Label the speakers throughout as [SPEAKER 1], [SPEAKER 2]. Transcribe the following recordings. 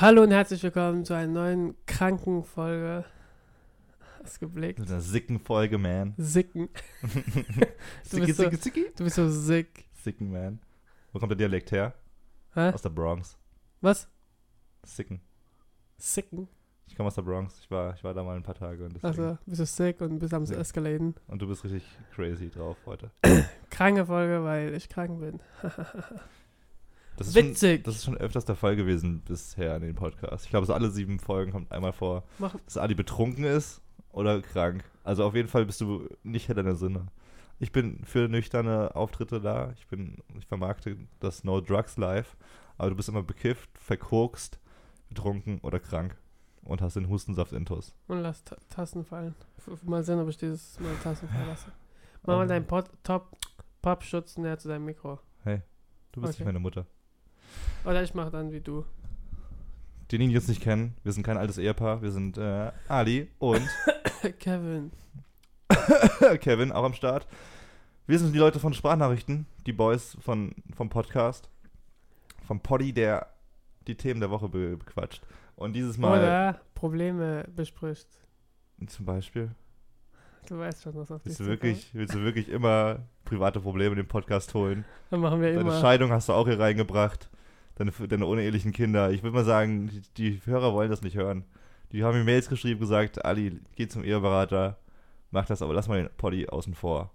[SPEAKER 1] Hallo und herzlich willkommen zu einer neuen kranken Folge. Hast geblickt?
[SPEAKER 2] Mit einer sicken Folge, man.
[SPEAKER 1] Sicken.
[SPEAKER 2] Sicki,
[SPEAKER 1] bist so-
[SPEAKER 2] sicki, sicki.
[SPEAKER 1] Du bist so sick.
[SPEAKER 2] Sicken, man. Wo kommt der Dialekt her?
[SPEAKER 1] Hä?
[SPEAKER 2] Aus der Bronx.
[SPEAKER 1] Was?
[SPEAKER 2] Sicken.
[SPEAKER 1] Sicken.
[SPEAKER 2] Ich komme aus der Bronx. Ich war, ich war da mal ein paar Tage. Und, deswegen.
[SPEAKER 1] Also bist du sick und bist am
[SPEAKER 2] Sick.
[SPEAKER 1] Eskalaten.
[SPEAKER 2] und du bist richtig crazy drauf heute.
[SPEAKER 1] Kranke Folge, weil ich krank bin.
[SPEAKER 2] Das ist
[SPEAKER 1] Witzig.
[SPEAKER 2] Schon, das ist schon öfters der Fall gewesen bisher in den Podcasts. Ich glaube, so alle sieben Folgen kommt einmal vor,
[SPEAKER 1] Mach,
[SPEAKER 2] dass Ali betrunken ist oder krank. Also auf jeden Fall bist du nicht hell deiner Sinne. Ich bin für nüchterne Auftritte da. Ich bin, ich vermarkte das No Drugs Live. Aber du bist immer bekifft, verkokst, betrunken oder krank und hast den Hustensaft intus.
[SPEAKER 1] und lass Ta Tassen fallen. F mal sehen, ob ich dieses Mal Tassen fallen lasse. Mach
[SPEAKER 2] Ähm.
[SPEAKER 1] mal deinen Pot Top Popschutz näher zu deinem Mikro.
[SPEAKER 2] Du bist
[SPEAKER 1] Okay.
[SPEAKER 2] nicht meine Mutter.
[SPEAKER 1] Oder ich mache dann wie du.
[SPEAKER 2] Den die uns nicht kennen, wir sind kein altes Ehepaar, wir sind äh, Ali und
[SPEAKER 1] Kevin.
[SPEAKER 2] Kevin auch am Start. Wir sind die Leute von Sprachnachrichten, die Boys von, vom Podcast, vom Poddy, der die Themen der Woche be- bequatscht. Und dieses Mal
[SPEAKER 1] Oder Probleme bespricht.
[SPEAKER 2] zum Beispiel,
[SPEAKER 1] Du weißt schon, was auf dich
[SPEAKER 2] willst du,
[SPEAKER 1] zukommt.
[SPEAKER 2] wirklich, willst du wirklich immer private Probleme in den Podcast holen?
[SPEAKER 1] Dann machen wir
[SPEAKER 2] Deine
[SPEAKER 1] immer.
[SPEAKER 2] Scheidung hast du auch hier reingebracht, deine, deine unehelichen Kinder. Ich würde mal sagen, die, die Hörer wollen das nicht hören. Die haben mir Mails geschrieben, gesagt, Ali, geh zum Eheberater, mach das, aber lass mal den Poddy außen vor.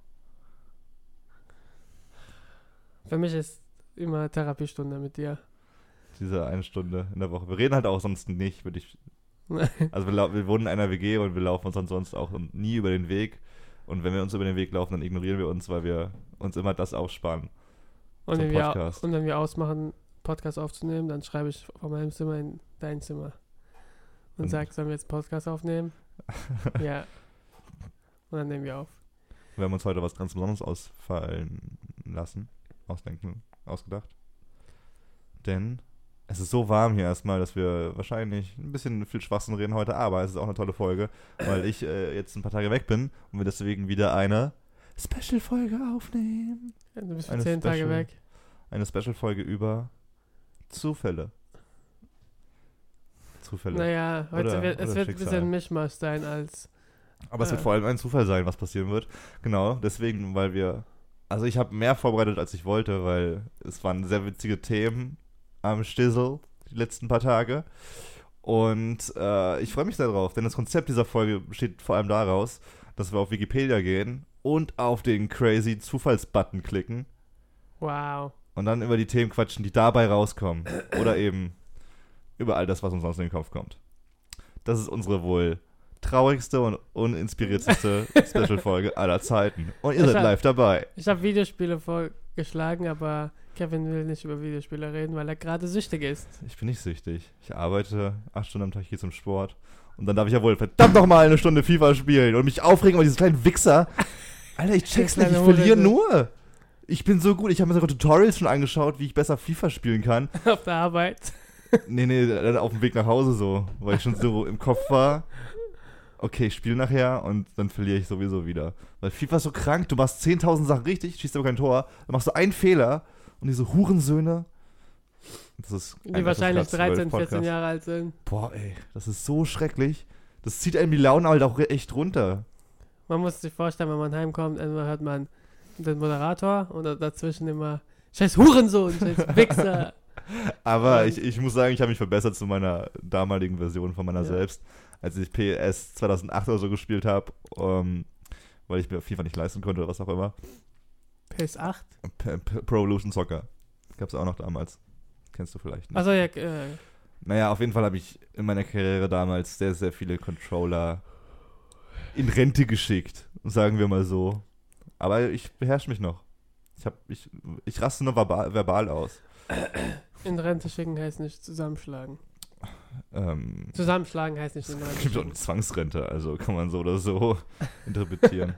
[SPEAKER 1] Für mich ist immer Therapiestunde mit dir.
[SPEAKER 2] Diese eine Stunde in der Woche. Wir reden halt auch sonst nicht, würde ich Also wir, lau- wir wohnen in einer WG und wir laufen uns ansonsten auch nie über den Weg. Und wenn wir uns über den Weg laufen, dann ignorieren wir uns, weil wir uns immer das aufsparen.
[SPEAKER 1] Und
[SPEAKER 2] Zum
[SPEAKER 1] wenn, wir,
[SPEAKER 2] Podcast.
[SPEAKER 1] und wenn wir ausmachen, Podcast aufzunehmen, dann schreibe ich von meinem Zimmer in dein Zimmer. Und,
[SPEAKER 2] Und-
[SPEAKER 1] sag, sollen wir jetzt Podcast aufnehmen? ja. Und dann nehmen wir auf.
[SPEAKER 2] Wir haben uns heute was ganz Besonderes ausfallen lassen, ausdenken, ausgedacht. Denn es ist so warm hier erstmal, dass wir wahrscheinlich ein bisschen viel Schwachsinn reden heute, aber es ist auch eine tolle Folge, weil ich äh, jetzt ein paar Tage weg bin und wir deswegen wieder eine Special-Folge aufnehmen.
[SPEAKER 1] Ja, Du bist für
[SPEAKER 2] Eine
[SPEAKER 1] zehn Tage
[SPEAKER 2] Special-
[SPEAKER 1] weg.
[SPEAKER 2] Eine Special-Folge über Zufälle. Zufälle.
[SPEAKER 1] Naja, heute
[SPEAKER 2] Oder-
[SPEAKER 1] wird, es
[SPEAKER 2] oder
[SPEAKER 1] wird ein
[SPEAKER 2] Schicksal.
[SPEAKER 1] bisschen Mischmasch sein als.
[SPEAKER 2] Aber es wird
[SPEAKER 1] Ja.
[SPEAKER 2] vor allem ein Zufall sein, was passieren wird. Genau, deswegen, weil wir. Also ich habe mehr vorbereitet, als ich wollte, weil es waren sehr witzige Themen am Stissel die letzten paar Tage. Und äh, ich freue mich darauf, denn das Konzept dieser Folge besteht vor allem daraus, dass wir auf Wikipedia gehen und auf den crazy Zufallsbutton klicken
[SPEAKER 1] Wow.
[SPEAKER 2] und dann über die Themen quatschen, die dabei rauskommen. Oder eben über all das, was uns sonst in den Kopf kommt. Das ist unsere wohl traurigste und uninspirierteste Special-Folge aller Zeiten. Und ihr
[SPEAKER 1] Ich
[SPEAKER 2] seid
[SPEAKER 1] hab-
[SPEAKER 2] live dabei.
[SPEAKER 1] Ich habe Videospiele vorgeschlagen, aber Kevin will nicht über Videospiele reden, weil er gerade süchtig ist.
[SPEAKER 2] Ich bin nicht süchtig. Ich arbeite acht Stunden am Tag, ich gehe zum Sport. Und dann darf ich ja wohl verdammt nochmal eine Stunde FIFA spielen und mich aufregen über diesen kleinen Wichser. Alter, ich check's
[SPEAKER 1] Der
[SPEAKER 2] nicht, ich
[SPEAKER 1] kleine
[SPEAKER 2] verliere
[SPEAKER 1] Hurensöhn.
[SPEAKER 2] nur. Ich bin so gut, ich habe mir sogar Tutorials schon angeschaut, wie ich besser FIFA spielen kann.
[SPEAKER 1] Auf der Arbeit.
[SPEAKER 2] Nee, nee, dann auf dem Weg nach Hause so, weil ich schon so im Kopf war. Okay, ich spiele nachher und dann verliere ich sowieso wieder. Weil FIFA ist so krank, du machst 10.000 Sachen richtig, schießt aber kein Tor, dann machst du einen Fehler und diese Hurensöhne. Das ist
[SPEAKER 1] Die
[SPEAKER 2] ein
[SPEAKER 1] wahrscheinlich
[SPEAKER 2] Platz 12
[SPEAKER 1] 13, 14
[SPEAKER 2] Podcast.
[SPEAKER 1] Jahre alt sind.
[SPEAKER 2] Boah, ey, das ist so schrecklich. Das zieht einem die Laune halt auch echt runter.
[SPEAKER 1] Man muss sich vorstellen, wenn man heimkommt, entweder hört man den Moderator und da- dazwischen immer Scheiß Hurensohn, Scheiß Wichser.
[SPEAKER 2] Aber
[SPEAKER 1] Ähm.
[SPEAKER 2] ich, ich muss sagen, ich habe mich verbessert zu meiner damaligen Version von meiner
[SPEAKER 1] Ja.
[SPEAKER 2] selbst, als ich PS 2008 oder so gespielt habe, ähm, weil ich mir FIFA nicht leisten konnte oder was auch immer.
[SPEAKER 1] PS8.
[SPEAKER 2] P P Pro Evolution Soccer gab es auch noch damals. Kennst du vielleicht nicht.
[SPEAKER 1] Also ja, äh,
[SPEAKER 2] naja, auf jeden Fall habe ich in meiner Karriere damals sehr, sehr viele Controller in Rente geschickt, sagen wir mal so. Aber ich beherrsche mich noch. Ich, hab, ich, ich raste nur verbal, verbal aus.
[SPEAKER 1] in Rente schicken heißt nicht zusammenschlagen.
[SPEAKER 2] Ähm,
[SPEAKER 1] Zusammenschlagen heißt nicht in
[SPEAKER 2] Es
[SPEAKER 1] Rente
[SPEAKER 2] gibt auch
[SPEAKER 1] schicken.
[SPEAKER 2] eine Zwangsrente, also kann man so oder so interpretieren.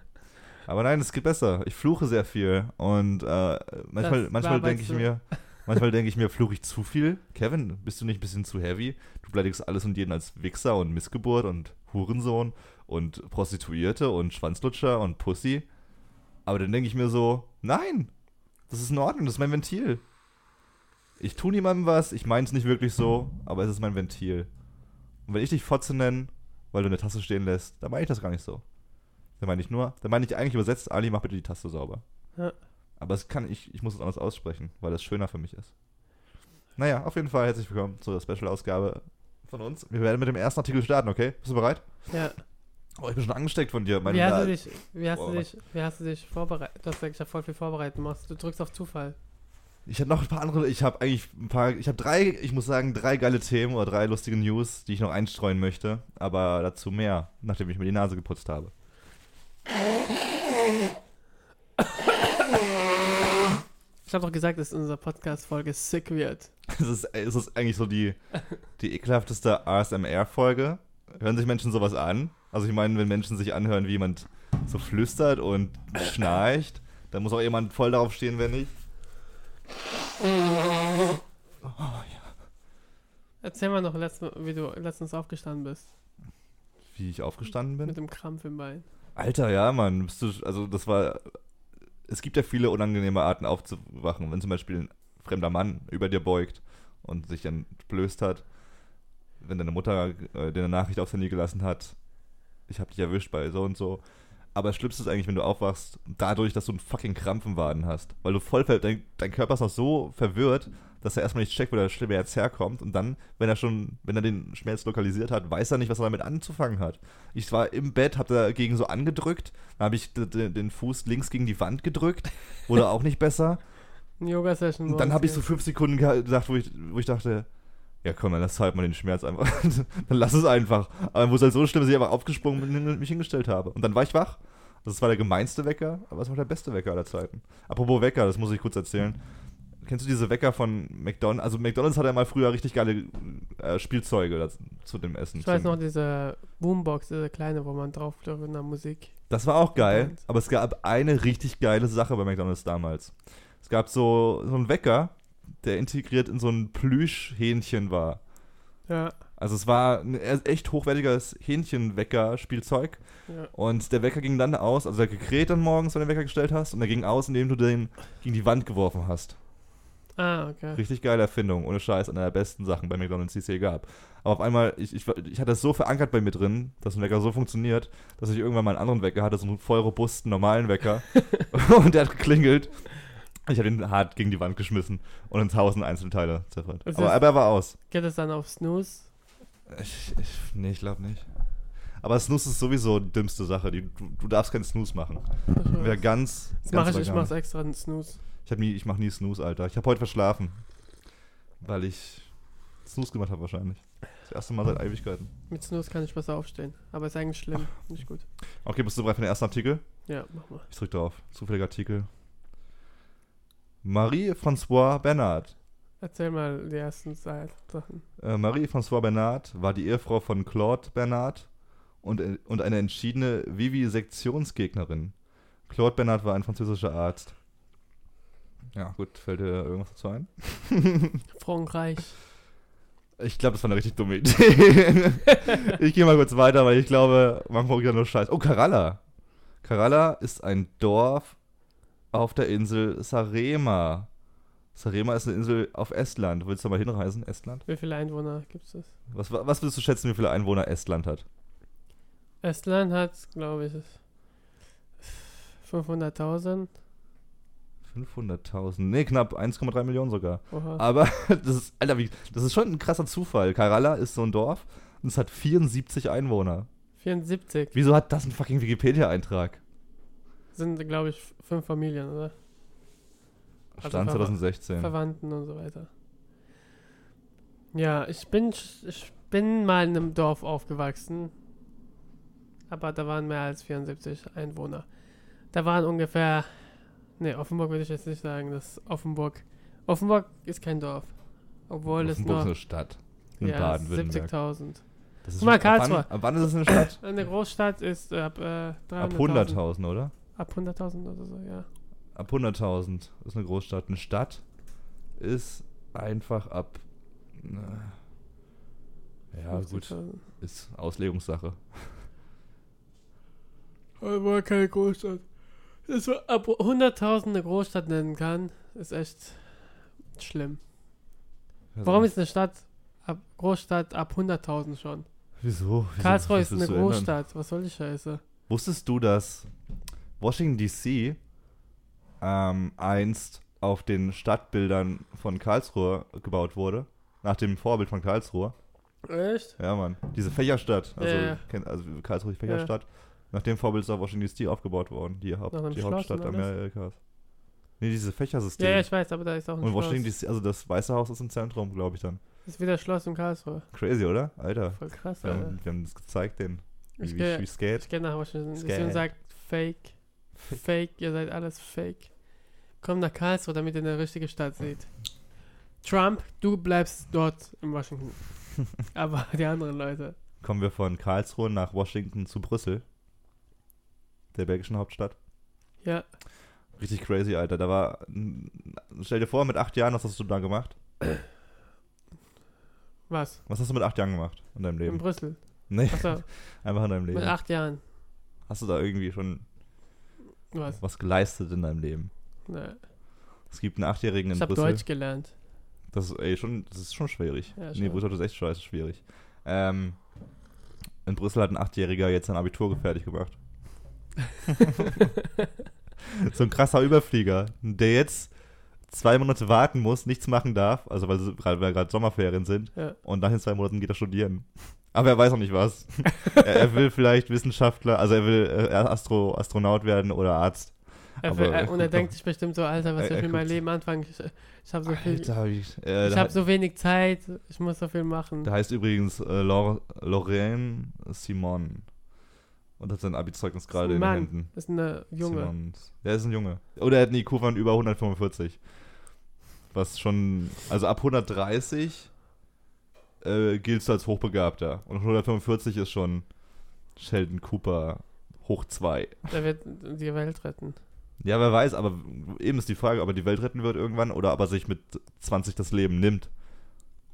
[SPEAKER 2] Aber nein, es geht besser. Ich fluche sehr viel und äh, manchmal,
[SPEAKER 1] Das war
[SPEAKER 2] manchmal
[SPEAKER 1] bei
[SPEAKER 2] denke ich
[SPEAKER 1] zu-
[SPEAKER 2] mir, manchmal denke ich mir, fluche ich zu viel? Kevin, bist du nicht ein bisschen zu heavy? Du beleidigst alles und jeden als Wichser und Missgeburt und Hurensohn und Prostituierte und Schwanzlutscher und Pussy. Aber dann denke ich mir so, nein, das ist in Ordnung, das ist mein Ventil. Ich tue niemandem was, ich meine es nicht wirklich so, aber es ist mein Ventil. Und wenn ich dich Fotze nenne, weil du eine Tasse stehen lässt, dann meine ich das gar nicht so. Dann meine ich nur, dann meine ich eigentlich übersetzt, Ali, mach bitte die Tasse sauber.
[SPEAKER 1] Ja.
[SPEAKER 2] Aber es kann, ich, ich muss es anders aussprechen, weil das schöner für mich ist. Naja, auf jeden Fall herzlich willkommen zur Special-Ausgabe von uns. Wir werden mit dem ersten Artikel starten, okay? Bist du bereit?
[SPEAKER 1] Ja.
[SPEAKER 2] Oh, ich bin schon angesteckt von dir.
[SPEAKER 1] Wie hast, du
[SPEAKER 2] Na-
[SPEAKER 1] dich, wie, hast
[SPEAKER 2] Boah,
[SPEAKER 1] du dich, wie hast du dich vorbereitet? Du hast ja voll viel vorbereiten machst. Du drückst auf Zufall.
[SPEAKER 2] Ich habe noch ein paar andere. Ich habe eigentlich ein paar. Ich habe drei. Ich muss sagen, drei geile Themen oder drei lustige News, die ich noch einstreuen möchte. Aber dazu mehr, nachdem ich mir die Nase geputzt habe.
[SPEAKER 1] Ich habe doch gesagt, dass unsere Podcast-Folge sick wird.
[SPEAKER 2] Es ist, es ist eigentlich so die, die ekelhafteste ASMR-Folge. Hören sich Menschen sowas an? Also ich meine, wenn Menschen sich anhören, wie jemand so flüstert und schnarcht, dann muss auch jemand voll darauf stehen, wenn nicht.
[SPEAKER 1] Erzähl mal noch, letztens, wie du letztens aufgestanden bist.
[SPEAKER 2] Wie ich aufgestanden bin.
[SPEAKER 1] Mit dem Krampf im Bein.
[SPEAKER 2] Alter, ja, Mann. Bist du, also das war. Es gibt ja viele unangenehme Arten aufzuwachen. Wenn zum Beispiel ein fremder Mann über dir beugt und sich dann blößt hat. Wenn deine Mutter äh, dir eine Nachricht aufs Handy gelassen hat, ich hab dich erwischt bei so und so. Aber das Schlimmste ist eigentlich, wenn du aufwachst, dadurch, dass du einen fucking Krampf im Waden hast. Weil du voll, ver- dein, dein Körper ist noch so verwirrt, dass er erstmal nicht checkt, wo der schlimme Herz herkommt. Und dann, wenn er schon, wenn er den Schmerz lokalisiert hat, weiß er nicht, was er damit anzufangen hat. Ich war im Bett, hab dagegen so angedrückt, dann habe ich d- d- den Fuß links gegen die Wand gedrückt, wurde auch nicht besser.
[SPEAKER 1] Eine Yoga-Session.
[SPEAKER 2] Und
[SPEAKER 1] morgens
[SPEAKER 2] dann habe ich so
[SPEAKER 1] hier.
[SPEAKER 2] fünf Sekunden ge- gedacht, wo ich, wo ich dachte, ja komm, dann lass halt mal den Schmerz einfach. dann lass es einfach. Aber wo es halt so schlimm ist, dass ich einfach aufgesprungen bin und mich hingestellt habe. Und dann war ich wach. Das war der gemeinste Wecker, aber es war der beste Wecker aller Zeiten. Apropos Wecker, das muss ich kurz erzählen. Kennst du diese Wecker von McDonald's? Also McDonald's hatte ja mal früher richtig geile äh, Spielzeuge dazu, zu dem Essen.
[SPEAKER 1] Ich weiß
[SPEAKER 2] Zum-
[SPEAKER 1] noch, diese Boombox, diese kleine, wo man drauf drückt und dann Musik.
[SPEAKER 2] Das war auch geil,
[SPEAKER 1] McDonald's.
[SPEAKER 2] aber es gab eine richtig geile Sache bei McDonalds damals. Es gab so, so einen Wecker, der integriert in so ein Plüschhähnchen war.
[SPEAKER 1] Ja,
[SPEAKER 2] Also es war ein e- echt hochwertiges Hähnchenwecker-Spielzeug.
[SPEAKER 1] ja.
[SPEAKER 2] Und der Wecker ging dann aus, also der gekräht dann morgens, wenn du den Wecker gestellt hast, und der ging aus, indem du den gegen die Wand geworfen hast.
[SPEAKER 1] Ah, okay.
[SPEAKER 2] Richtig geile Erfindung, ohne Scheiß, einer der besten Sachen bei McDonalds, die es je gab. Aber auf einmal, ich, ich, ich hatte das so verankert bei mir drin, dass ein Wecker so funktioniert, dass ich irgendwann mal einen anderen Wecker hatte, so einen voll robusten, normalen Wecker. und der hat geklingelt. Ich habe ihn hart gegen die Wand geschmissen und in tausend Einzelteile zerfällt.
[SPEAKER 1] Es
[SPEAKER 2] Aber,
[SPEAKER 1] ist-
[SPEAKER 2] aber er war aus.
[SPEAKER 1] Geht es dann auf Snooze?
[SPEAKER 2] Ich, ich, nee, ich glaube nicht. Aber Snooze ist sowieso die dümmste Sache. Die, du, du darfst keinen Snooze machen. Wäre ganz.
[SPEAKER 1] Das
[SPEAKER 2] ganz
[SPEAKER 1] mache ich, ich
[SPEAKER 2] vergangen.
[SPEAKER 1] mache extra einen Snooze.
[SPEAKER 2] Ich, hab nie, ich mach nie Snooze, Alter. Ich habe heute verschlafen. Weil ich Snooze gemacht habe wahrscheinlich. Das erste Mal seit Ewigkeiten.
[SPEAKER 1] Mit Snooze kann ich besser aufstehen. Aber ist eigentlich schlimm. Nicht gut.
[SPEAKER 2] Okay, bist du bereit für den ersten Artikel?
[SPEAKER 1] Ja, mach mal.
[SPEAKER 2] Ich drück drauf. Zufälliger Artikel. Marie-François Bernard.
[SPEAKER 1] Erzähl mal die ersten Sa- Sachen.
[SPEAKER 2] Äh, Marie-François Bernard war die Ehefrau von Claude Bernard und, äh, und eine entschiedene Vivisektionsgegnerin. Claude Bernard war ein französischer Arzt. Ja, gut, fällt dir irgendwas dazu ein?
[SPEAKER 1] Frankreich.
[SPEAKER 2] Ich glaube, das war eine richtig dumme Idee. ich gehe mal kurz weiter, weil ich glaube, man braucht ja nur Scheiß. Oh, Karala. Karala ist ein Dorf auf der Insel Sarema. Sarema ist eine Insel auf Estland. Willst du mal hinreisen, Estland?
[SPEAKER 1] Wie viele Einwohner gibt es?
[SPEAKER 2] Was, was willst du schätzen, wie viele Einwohner Estland hat?
[SPEAKER 1] Estland hat, glaube ich, 500.000.
[SPEAKER 2] 500.000. Nee, knapp 1,3 Millionen sogar.
[SPEAKER 1] Oha.
[SPEAKER 2] Aber das ist, Alter, wie, das ist schon ein krasser Zufall. Karala ist so ein Dorf und es hat 74 Einwohner.
[SPEAKER 1] 74
[SPEAKER 2] Wieso hat das einen fucking Wikipedia-Eintrag?
[SPEAKER 1] sind, glaube ich, fünf Familien, oder? Also
[SPEAKER 2] Stand
[SPEAKER 1] Verwa-
[SPEAKER 2] 2016.
[SPEAKER 1] Verwandten und so weiter. Ja, ich bin, sch- ich bin mal in einem Dorf aufgewachsen. Aber da waren mehr als 74 Einwohner. Da waren ungefähr. Ne, Offenburg würde ich jetzt nicht sagen. Das Offenburg. Offenburg ist kein Dorf. Obwohl es
[SPEAKER 2] Offenburg ist
[SPEAKER 1] nur
[SPEAKER 2] eine Stadt. In
[SPEAKER 1] ja,
[SPEAKER 2] Baden-Württemberg.
[SPEAKER 1] 70.000.
[SPEAKER 2] Das ist
[SPEAKER 1] Guck mal,
[SPEAKER 2] ab wann-
[SPEAKER 1] Karlsruhe.
[SPEAKER 2] Ab wann ist es eine Stadt?
[SPEAKER 1] Eine Großstadt ist äh, ab äh,
[SPEAKER 2] Ab
[SPEAKER 1] 300.000.
[SPEAKER 2] 100.000, oder?
[SPEAKER 1] Ab 100.000 oder so, ja.
[SPEAKER 2] Ab 100.000 ist eine Großstadt. Eine Stadt ist einfach ab. äh, Ja, gut.
[SPEAKER 1] 50.000.
[SPEAKER 2] Ist Auslegungssache.
[SPEAKER 1] Das war keine Großstadt. Dass man ab 100.000 eine Großstadt nennen kann, ist echt schlimm.
[SPEAKER 2] Also,
[SPEAKER 1] Warum ist eine Stadt, ab, Großstadt ab 100.000 schon?
[SPEAKER 2] Also, Wieso? Wieso?
[SPEAKER 1] Karlsruhe ist
[SPEAKER 2] Was
[SPEAKER 1] eine
[SPEAKER 2] willst du ändern?
[SPEAKER 1] Großstadt. Was soll die Scheiße?
[SPEAKER 2] Wusstest du, dass Washington DC ähm, einst auf den Stadtbildern von Karlsruhe gebaut wurde? Nach dem Vorbild von Karlsruhe.
[SPEAKER 1] Echt?
[SPEAKER 2] Ja, Mann. Diese Fächerstadt. Also,
[SPEAKER 1] Ja, ja.
[SPEAKER 2] kennt, also Karlsruhe die Fächerstadt. Nach dem Vorbild ist auch Washington DC aufgebaut worden. Die, Haupt,
[SPEAKER 1] Nach einem
[SPEAKER 2] die
[SPEAKER 1] Schloss
[SPEAKER 2] Hauptstadt
[SPEAKER 1] und alles?
[SPEAKER 2] Amerikas. Nee, diese Fächersystem.
[SPEAKER 1] Ja, ja, ich weiß, aber da ist auch ein
[SPEAKER 2] und
[SPEAKER 1] Schloss.
[SPEAKER 2] Washington DC, also das Weiße Haus ist im Zentrum, glaube ich dann.
[SPEAKER 1] Ist wieder Schloss in Karlsruhe.
[SPEAKER 2] Crazy, oder? Alter.
[SPEAKER 1] Voll krass,
[SPEAKER 2] Wir
[SPEAKER 1] Alter.
[SPEAKER 2] haben, wir haben das gezeigt, den. Wie,
[SPEAKER 1] Ich äh,
[SPEAKER 2] wie,
[SPEAKER 1] gehe
[SPEAKER 2] wie Skate.
[SPEAKER 1] ich geh nach Washington DC
[SPEAKER 2] Skate.
[SPEAKER 1] und sag Fake. Fake, ihr seid alles Fake. Komm nach Karlsruhe, damit ihr eine richtige Stadt seht. Trump, du bleibst dort in Washington. Aber die anderen Leute.
[SPEAKER 2] Kommen wir von Karlsruhe nach Washington zu Brüssel. Der belgischen Hauptstadt.
[SPEAKER 1] Ja,
[SPEAKER 2] Richtig crazy, Alter. Da war. Stell dir vor, mit acht Jahren, was hast du da gemacht?
[SPEAKER 1] was?
[SPEAKER 2] Was hast du mit acht Jahren gemacht in deinem
[SPEAKER 1] In
[SPEAKER 2] Leben?
[SPEAKER 1] Brüssel.
[SPEAKER 2] Nee,
[SPEAKER 1] Achso,
[SPEAKER 2] einfach in deinem
[SPEAKER 1] mit
[SPEAKER 2] Leben.
[SPEAKER 1] acht Jahren.
[SPEAKER 2] Hast du da irgendwie schon
[SPEAKER 1] Was?
[SPEAKER 2] was geleistet in deinem Leben?
[SPEAKER 1] Nee.
[SPEAKER 2] Es gibt einen Achtjährigen in
[SPEAKER 1] Ich hab
[SPEAKER 2] Brüssel.
[SPEAKER 1] Deutsch gelernt.
[SPEAKER 2] Das ist, ey, schon, das ist schon schwierig.
[SPEAKER 1] Ja,
[SPEAKER 2] nee,
[SPEAKER 1] schon.
[SPEAKER 2] Brüssel ist echt scheiße schwierig. Ähm, in Brüssel hat ein Achtjähriger jetzt sein Abitur fertig gemacht. so ein krasser Überflieger, der jetzt zwei Monate warten muss, nichts machen darf, also weil, weil wir gerade Sommerferien sind,
[SPEAKER 1] Ja.
[SPEAKER 2] und nach den zwei Monaten geht er studieren. Aber er weiß noch nicht was. er, er will vielleicht Wissenschaftler, also er will äh, Astro, Astronaut werden oder Arzt.
[SPEAKER 1] Er
[SPEAKER 2] Aber
[SPEAKER 1] will-
[SPEAKER 2] er
[SPEAKER 1] äh, und er
[SPEAKER 2] guckt
[SPEAKER 1] denkt sich bestimmt so, Alter, was
[SPEAKER 2] Er-
[SPEAKER 1] soll ich
[SPEAKER 2] er
[SPEAKER 1] mit meinem
[SPEAKER 2] guckt-
[SPEAKER 1] Leben anfangen? Ich, ich habe so viel,
[SPEAKER 2] Alter, wie, äh,
[SPEAKER 1] ich
[SPEAKER 2] da-
[SPEAKER 1] habe so wenig Zeit, ich muss so viel machen.
[SPEAKER 2] Der heißt übrigens äh, Lor Lorraine Simon. Und hat sein Abi-Zeugnis gerade in den
[SPEAKER 1] Mann.
[SPEAKER 2] Händen.
[SPEAKER 1] Das ist eine Junge.
[SPEAKER 2] Simons. Der ist ein Junge. Oder er hat einen IQ von über 145. Was schon, also ab 130 äh, giltst du als Hochbegabter. Und 145 ist schon Sheldon Cooper hoch 2.
[SPEAKER 1] Der wird die Welt retten.
[SPEAKER 2] Ja, wer weiß, aber eben ist die Frage, ob er die Welt retten wird irgendwann oder ob er sich mit 20 das Leben nimmt.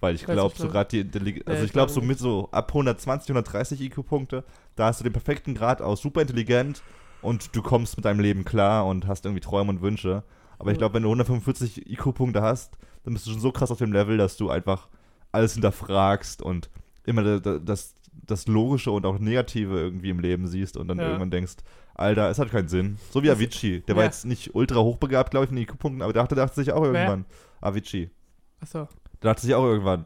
[SPEAKER 2] Weil ich
[SPEAKER 1] Weiß ich
[SPEAKER 2] glaube, so
[SPEAKER 1] nicht.
[SPEAKER 2] gerade die Intelligenz,
[SPEAKER 1] Nee,
[SPEAKER 2] also ich
[SPEAKER 1] ich
[SPEAKER 2] glaube,
[SPEAKER 1] glaub
[SPEAKER 2] so
[SPEAKER 1] nicht.
[SPEAKER 2] mit so ab 120, 130 IQ-Punkte, da hast du den perfekten Grad aus super intelligent und du kommst mit deinem Leben klar und hast irgendwie Träume und Wünsche. Aber ich
[SPEAKER 1] Ja.
[SPEAKER 2] glaube, wenn du 145 IQ-Punkte hast, dann bist du schon so krass auf dem Level, dass du einfach alles hinterfragst und immer da- da- das, das Logische und auch Negative irgendwie im Leben siehst und dann
[SPEAKER 1] Ja.
[SPEAKER 2] irgendwann denkst, Alter, es hat keinen Sinn. So wie
[SPEAKER 1] Das-
[SPEAKER 2] Avicii. Der war
[SPEAKER 1] Ja.
[SPEAKER 2] jetzt nicht ultra hochbegabt, glaube ich, in den IQ-Punkten, aber der dachte, dachte sich auch irgendwann. Avicii.
[SPEAKER 1] Achso,
[SPEAKER 2] Der dachte sich auch irgendwann,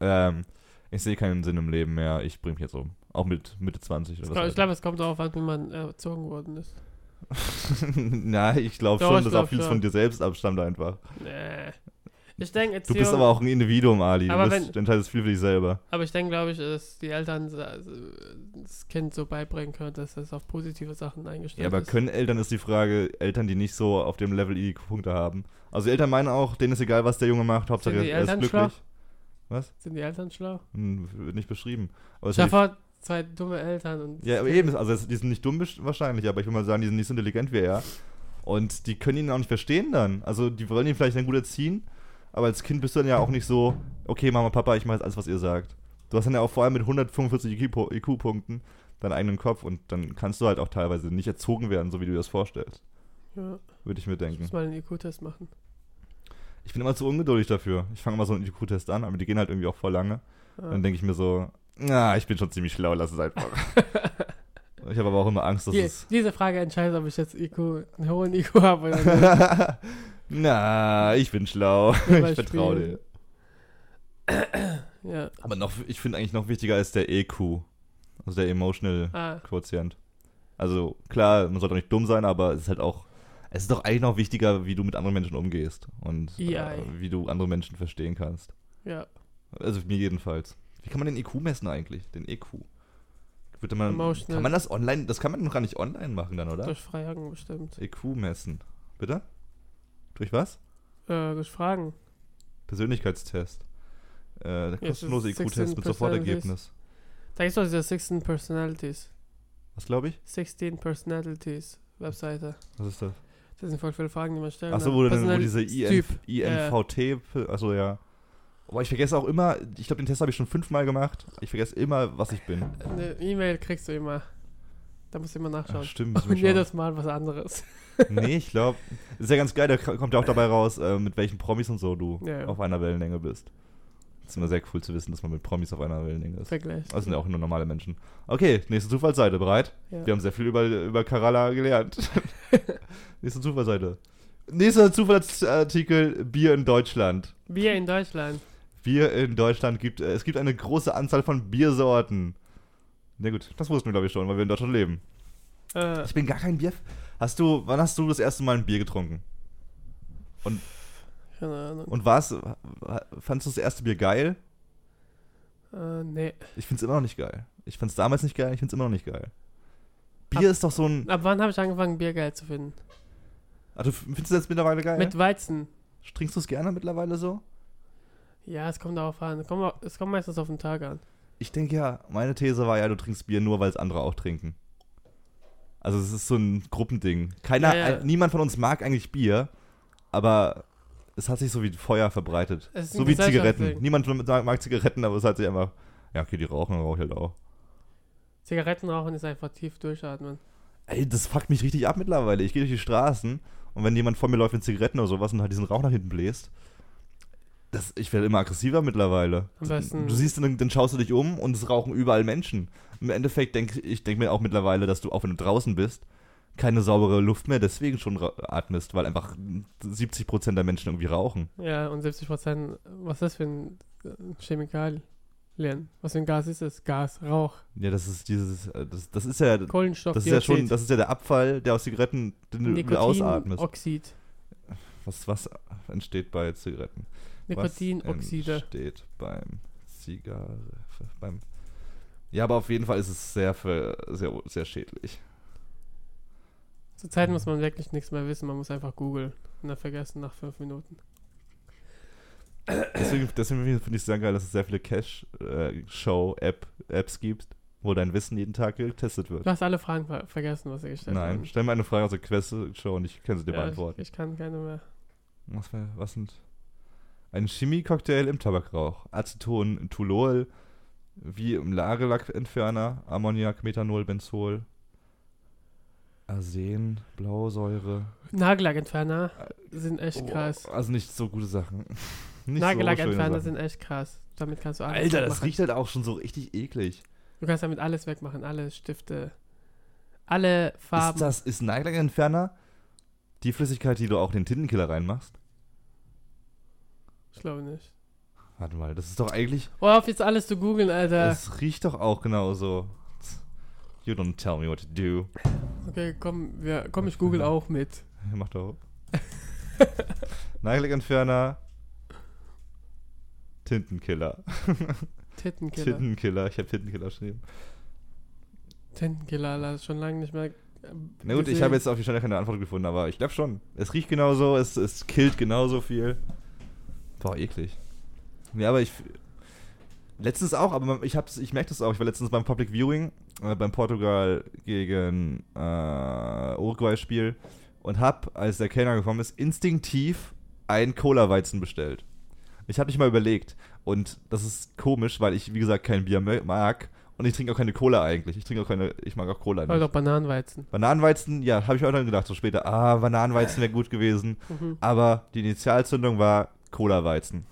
[SPEAKER 2] ähm, ich sehe keinen Sinn im Leben mehr, ich bringe mich jetzt um. Auch mit Mitte 20 oder
[SPEAKER 1] ich glaube,
[SPEAKER 2] was.
[SPEAKER 1] glaub, es kommt darauf an, wie man erzogen worden ist.
[SPEAKER 2] Na, ich glaube
[SPEAKER 1] Doch,
[SPEAKER 2] schon,
[SPEAKER 1] ich
[SPEAKER 2] dass
[SPEAKER 1] glaub
[SPEAKER 2] auch vieles
[SPEAKER 1] schon.
[SPEAKER 2] von dir selbst abstammt einfach.
[SPEAKER 1] Nee. Ich denke,
[SPEAKER 2] Du
[SPEAKER 1] Erziehung,
[SPEAKER 2] bist aber auch ein Individuum, Ali.
[SPEAKER 1] Aber
[SPEAKER 2] du bist,
[SPEAKER 1] wenn-
[SPEAKER 2] du entscheidest viel für dich selber.
[SPEAKER 1] aber ich denke, glaube ich, dass die Eltern sa- das Kind so beibringen können, dass es auf positive Sachen eingestellt
[SPEAKER 2] Ja, aber
[SPEAKER 1] ist.
[SPEAKER 2] können Eltern ist die Frage, Eltern, die nicht so auf dem Level IQ-Punkte haben. Also Eltern meinen auch, denen ist egal, was der Junge macht, Hauptsache
[SPEAKER 1] Sind die
[SPEAKER 2] er ist
[SPEAKER 1] Eltern
[SPEAKER 2] glücklich.
[SPEAKER 1] schlau? Sind die Eltern schlau?
[SPEAKER 2] Hm, wird nicht beschrieben. Aber es
[SPEAKER 1] Ich
[SPEAKER 2] ist ja die
[SPEAKER 1] habe zwei dumme Eltern und
[SPEAKER 2] Ja, aber eben, also es- die sind nicht dumm best- wahrscheinlich, aber ich würde mal sagen, die sind nicht so intelligent wie er. Und die können ihn auch nicht verstehen dann. Also die wollen ihn vielleicht dann gut erziehen, aber als Kind bist du dann ja auch nicht so, okay, Mama, Papa, ich mache jetzt alles, was ihr sagt. Du hast dann ja auch vor allem mit 145 IQ-Po- IQ-Punkten deinen eigenen Kopf und dann kannst du halt auch teilweise nicht erzogen werden, so wie du dir das vorstellst.
[SPEAKER 1] ja,
[SPEAKER 2] Würde ich mir
[SPEAKER 1] ich
[SPEAKER 2] denken.
[SPEAKER 1] muss mal einen IQ-Test machen.
[SPEAKER 2] Ich bin immer zu ungeduldig dafür. Ich fange immer so einen IQ-Test an, aber die gehen halt irgendwie auch voll lange.
[SPEAKER 1] Ja.
[SPEAKER 2] Dann denke ich mir so, na, ich bin schon ziemlich schlau, lass es einfach. ich habe aber auch immer Angst, dass
[SPEAKER 1] Die,
[SPEAKER 2] es
[SPEAKER 1] diese Frage entscheidet, ob ich jetzt IQ, einen hohen IQ habe oder nicht.
[SPEAKER 2] Ähm. Na, ich bin schlau.
[SPEAKER 1] Beispiel.
[SPEAKER 2] Ich vertraue dir.
[SPEAKER 1] Ja.
[SPEAKER 2] Aber noch, ich finde eigentlich noch wichtiger ist der EQ. Also der Emotional
[SPEAKER 1] Ah,
[SPEAKER 2] Quotient. Also klar, man sollte auch nicht dumm sein, aber es ist halt auch. Es ist doch eigentlich noch wichtiger, wie du mit anderen Menschen umgehst und äh,
[SPEAKER 1] EI.
[SPEAKER 2] wie du andere Menschen verstehen kannst.
[SPEAKER 1] ja.
[SPEAKER 2] Also mir jedenfalls. Wie kann man den EQ messen eigentlich? Den EQ. Würde man,
[SPEAKER 1] Emotional-
[SPEAKER 2] kann man das online? Das kann man noch gar nicht online machen dann, oder?
[SPEAKER 1] Durch Fragen bestimmt.
[SPEAKER 2] EQ messen. Bitte? Durch was?
[SPEAKER 1] Äh, durch Fragen.
[SPEAKER 2] Persönlichkeitstest. Äh, der
[SPEAKER 1] Jetzt
[SPEAKER 2] kostenlose
[SPEAKER 1] ist
[SPEAKER 2] IQ-Test
[SPEAKER 1] 16
[SPEAKER 2] mit Sofortergebnis.
[SPEAKER 1] Da gibt es doch diese 16 Personalities.
[SPEAKER 2] Was glaube ich?
[SPEAKER 1] 16 Personalities Webseite.
[SPEAKER 2] Was ist das?
[SPEAKER 1] Das sind voll viele Fragen, die man stellen
[SPEAKER 2] Achso,
[SPEAKER 1] kann.
[SPEAKER 2] wo, denn- wo
[SPEAKER 1] Personal-
[SPEAKER 2] diese INF, INVT. Achso, genau. ja. Aber ich vergesse auch immer, ich glaube, den Test habe ich schon fünfmal gemacht. Ich vergesse immer, was ich bin.
[SPEAKER 1] Eine E-Mail kriegst du immer. Da musst du immer
[SPEAKER 2] Ach,
[SPEAKER 1] nachschauen.
[SPEAKER 2] stimmt. müssen
[SPEAKER 1] Und
[SPEAKER 2] wir schauen.
[SPEAKER 1] jedes Mal was anderes.
[SPEAKER 2] Nee, ich glaube. Ist ja ganz geil, da kommt ja auch dabei raus, äh, mit welchen Promis und so du
[SPEAKER 1] Ja, ja.
[SPEAKER 2] auf einer Wellenlänge bist. ist immer sehr cool zu wissen, dass man mit Promis auf einer Wellenlänge ist.
[SPEAKER 1] Vergleich.
[SPEAKER 2] Das sind ja auch nur normale Menschen. Okay, nächste Zufallsseite, bereit?
[SPEAKER 1] Ja.
[SPEAKER 2] Wir haben sehr viel über, über Karala gelernt. nächste Zufallsseite. Nächster Zufallsartikel, Bier in Deutschland.
[SPEAKER 1] Bier in Deutschland.
[SPEAKER 2] Bier in Deutschland gibt, äh, es gibt eine große Anzahl von Biersorten. Na gut, das wussten wir glaube ich schon, weil wir in Deutschland leben.
[SPEAKER 1] Äh,
[SPEAKER 2] Ich bin gar kein Bier. Hast du, wann hast du das erste Mal ein Bier getrunken?
[SPEAKER 1] keine Ahnung.
[SPEAKER 2] Und war's, fandst du das erste Bier geil?
[SPEAKER 1] Äh, nee.
[SPEAKER 2] Ich find's immer noch nicht geil. Ich fand's damals nicht geil, ich find's immer noch nicht geil. Bier ist doch so ein.
[SPEAKER 1] Ab wann habe ich angefangen, Bier geil zu finden?
[SPEAKER 2] Ah, du findest das mittlerweile geil?
[SPEAKER 1] Mit Weizen.
[SPEAKER 2] Trinkst du es gerne mittlerweile so?
[SPEAKER 1] Ja, es kommt darauf an. Es kommt, au- es kommt meistens auf den Tag an.
[SPEAKER 2] Ich denke ja, meine These war ja, du trinkst Bier nur, weil es andere auch trinken. Also es ist so ein Gruppending. Keiner,
[SPEAKER 1] Ja, ja.
[SPEAKER 2] ein- niemand von uns mag eigentlich Bier, aber es hat sich so wie Feuer verbreitet.
[SPEAKER 1] Es ist ein
[SPEAKER 2] So wie Zigaretten.
[SPEAKER 1] Gesellschaftsding.
[SPEAKER 2] Niemand mag, mag Zigaretten, aber es hat sich einfach, ja okay, die rauchen, dann rauch ich halt auch.
[SPEAKER 1] Zigaretten rauchen ist einfach tief durchatmen.
[SPEAKER 2] Ey, das fuckt mich richtig ab mittlerweile. Ich gehe durch die Straßen und wenn jemand vor mir läuft mit Zigaretten oder sowas und halt diesen Rauch nach hinten bläst, das, ich werde immer aggressiver mittlerweile.
[SPEAKER 1] Am besten-
[SPEAKER 2] Du siehst, dann, dann schaust du dich um und es rauchen überall Menschen. Im Endeffekt denke ich denk mir auch mittlerweile, dass du, auch wenn du draußen bist, keine saubere Luft mehr deswegen schon ra- atmest, weil einfach 70% der Menschen irgendwie rauchen.
[SPEAKER 1] Ja, und 70 Prozent, was ist das für ein äh, Chemikalien? Was für ein Gas ist das? Gas, Rauch,
[SPEAKER 2] Ja, das ist dieses, äh, das, das ist ja, das
[SPEAKER 1] Kohlenstoff,
[SPEAKER 2] ist ja schon, das ist ja der Abfall, der aus Zigaretten, den du ausatmest.
[SPEAKER 1] Oxid,
[SPEAKER 2] Was, was entsteht bei Zigaretten?
[SPEAKER 1] Nikotinoxide.
[SPEAKER 2] steht beim Zigarre. Beim ja, aber auf jeden Fall ist es sehr, für, sehr, sehr schädlich.
[SPEAKER 1] Zurzeit muss man wirklich nichts mehr wissen, man muss einfach googeln und dann vergessen nach fünf Minuten.
[SPEAKER 2] Deswegen, deswegen finde ich es sehr geil, dass es sehr viele äh, Cash-Show-Apps gibt, wo dein Wissen jeden Tag getestet wird.
[SPEAKER 1] Du hast alle Fragen ver vergessen, was ich gestellt
[SPEAKER 2] Äh. Nein, stell mir eine Frage aus der Quest-Show und ich kann sie dir
[SPEAKER 1] ja, ich,
[SPEAKER 2] beantworten.
[SPEAKER 1] ich kann keine mehr.
[SPEAKER 2] Was, wär- was sind? Ein Chemie-Cocktail im Tabakrauch. Aceton, Tulol, wie im Lagerlackentferner, Ammoniak, Methanol, Benzol, Arsen, Blausäure.
[SPEAKER 1] Nagellackentferner sind echt
[SPEAKER 2] Oh,
[SPEAKER 1] krass.
[SPEAKER 2] Also nicht so gute Sachen. Nicht
[SPEAKER 1] Nagellackentferner
[SPEAKER 2] so schöne Sachen.
[SPEAKER 1] sind echt krass. Damit kannst du alles
[SPEAKER 2] Alter, das
[SPEAKER 1] wegmachen.
[SPEAKER 2] riecht halt auch schon so richtig eklig.
[SPEAKER 1] Du kannst damit alles wegmachen, alle Stifte, alle Farben.
[SPEAKER 2] Ist das, ist Nagellackentferner die Flüssigkeit, die du auch in den Tintenkiller reinmachst?
[SPEAKER 1] Ich glaube nicht.
[SPEAKER 2] Warte mal, das ist doch eigentlich,
[SPEAKER 1] Oh, auf jetzt alles zu googeln, Alter.
[SPEAKER 2] es riecht doch auch genauso. You don't tell me what to do.
[SPEAKER 1] Okay, komm, wir, komm, ich google auch mit.
[SPEAKER 2] Mach doch. Nagellackentferner. Tintenkiller.
[SPEAKER 1] Tittenkiller.
[SPEAKER 2] Tintenkiller. Ich habe Tintenkiller geschrieben.
[SPEAKER 1] Tintenkiller, Alter, schon lange nicht mehr.
[SPEAKER 2] Na gut, ich habe jetzt auf die Schnelle keine Antwort gefunden, aber ich glaube schon. Es riecht genauso, es, es killt genauso viel. Boah, eklig. Ja, aber ich. Letztens auch, aber man- ich, hab's- ich merke das auch. Ich war letztens beim Public Viewing, äh, beim Portugal gegen äh, Uruguay-Spiel und hab, als der Kellner gekommen ist, instinktiv einen Cola-Weizen bestellt. Ich habe mich mal überlegt. Und das ist komisch, weil ich, wie gesagt, kein Bier mö- mag. Und ich trinke auch keine Cola eigentlich. Ich trinke auch keine. Ich mag auch Cola nicht.
[SPEAKER 1] Weil Halt doch Bananenweizen.
[SPEAKER 2] Bananenweizen, ja, habe ich auch dann gedacht, so später, ah, Bananenweizen wäre gut gewesen.
[SPEAKER 1] Mhm.
[SPEAKER 2] Aber die Initialzündung war Cola-Weizen.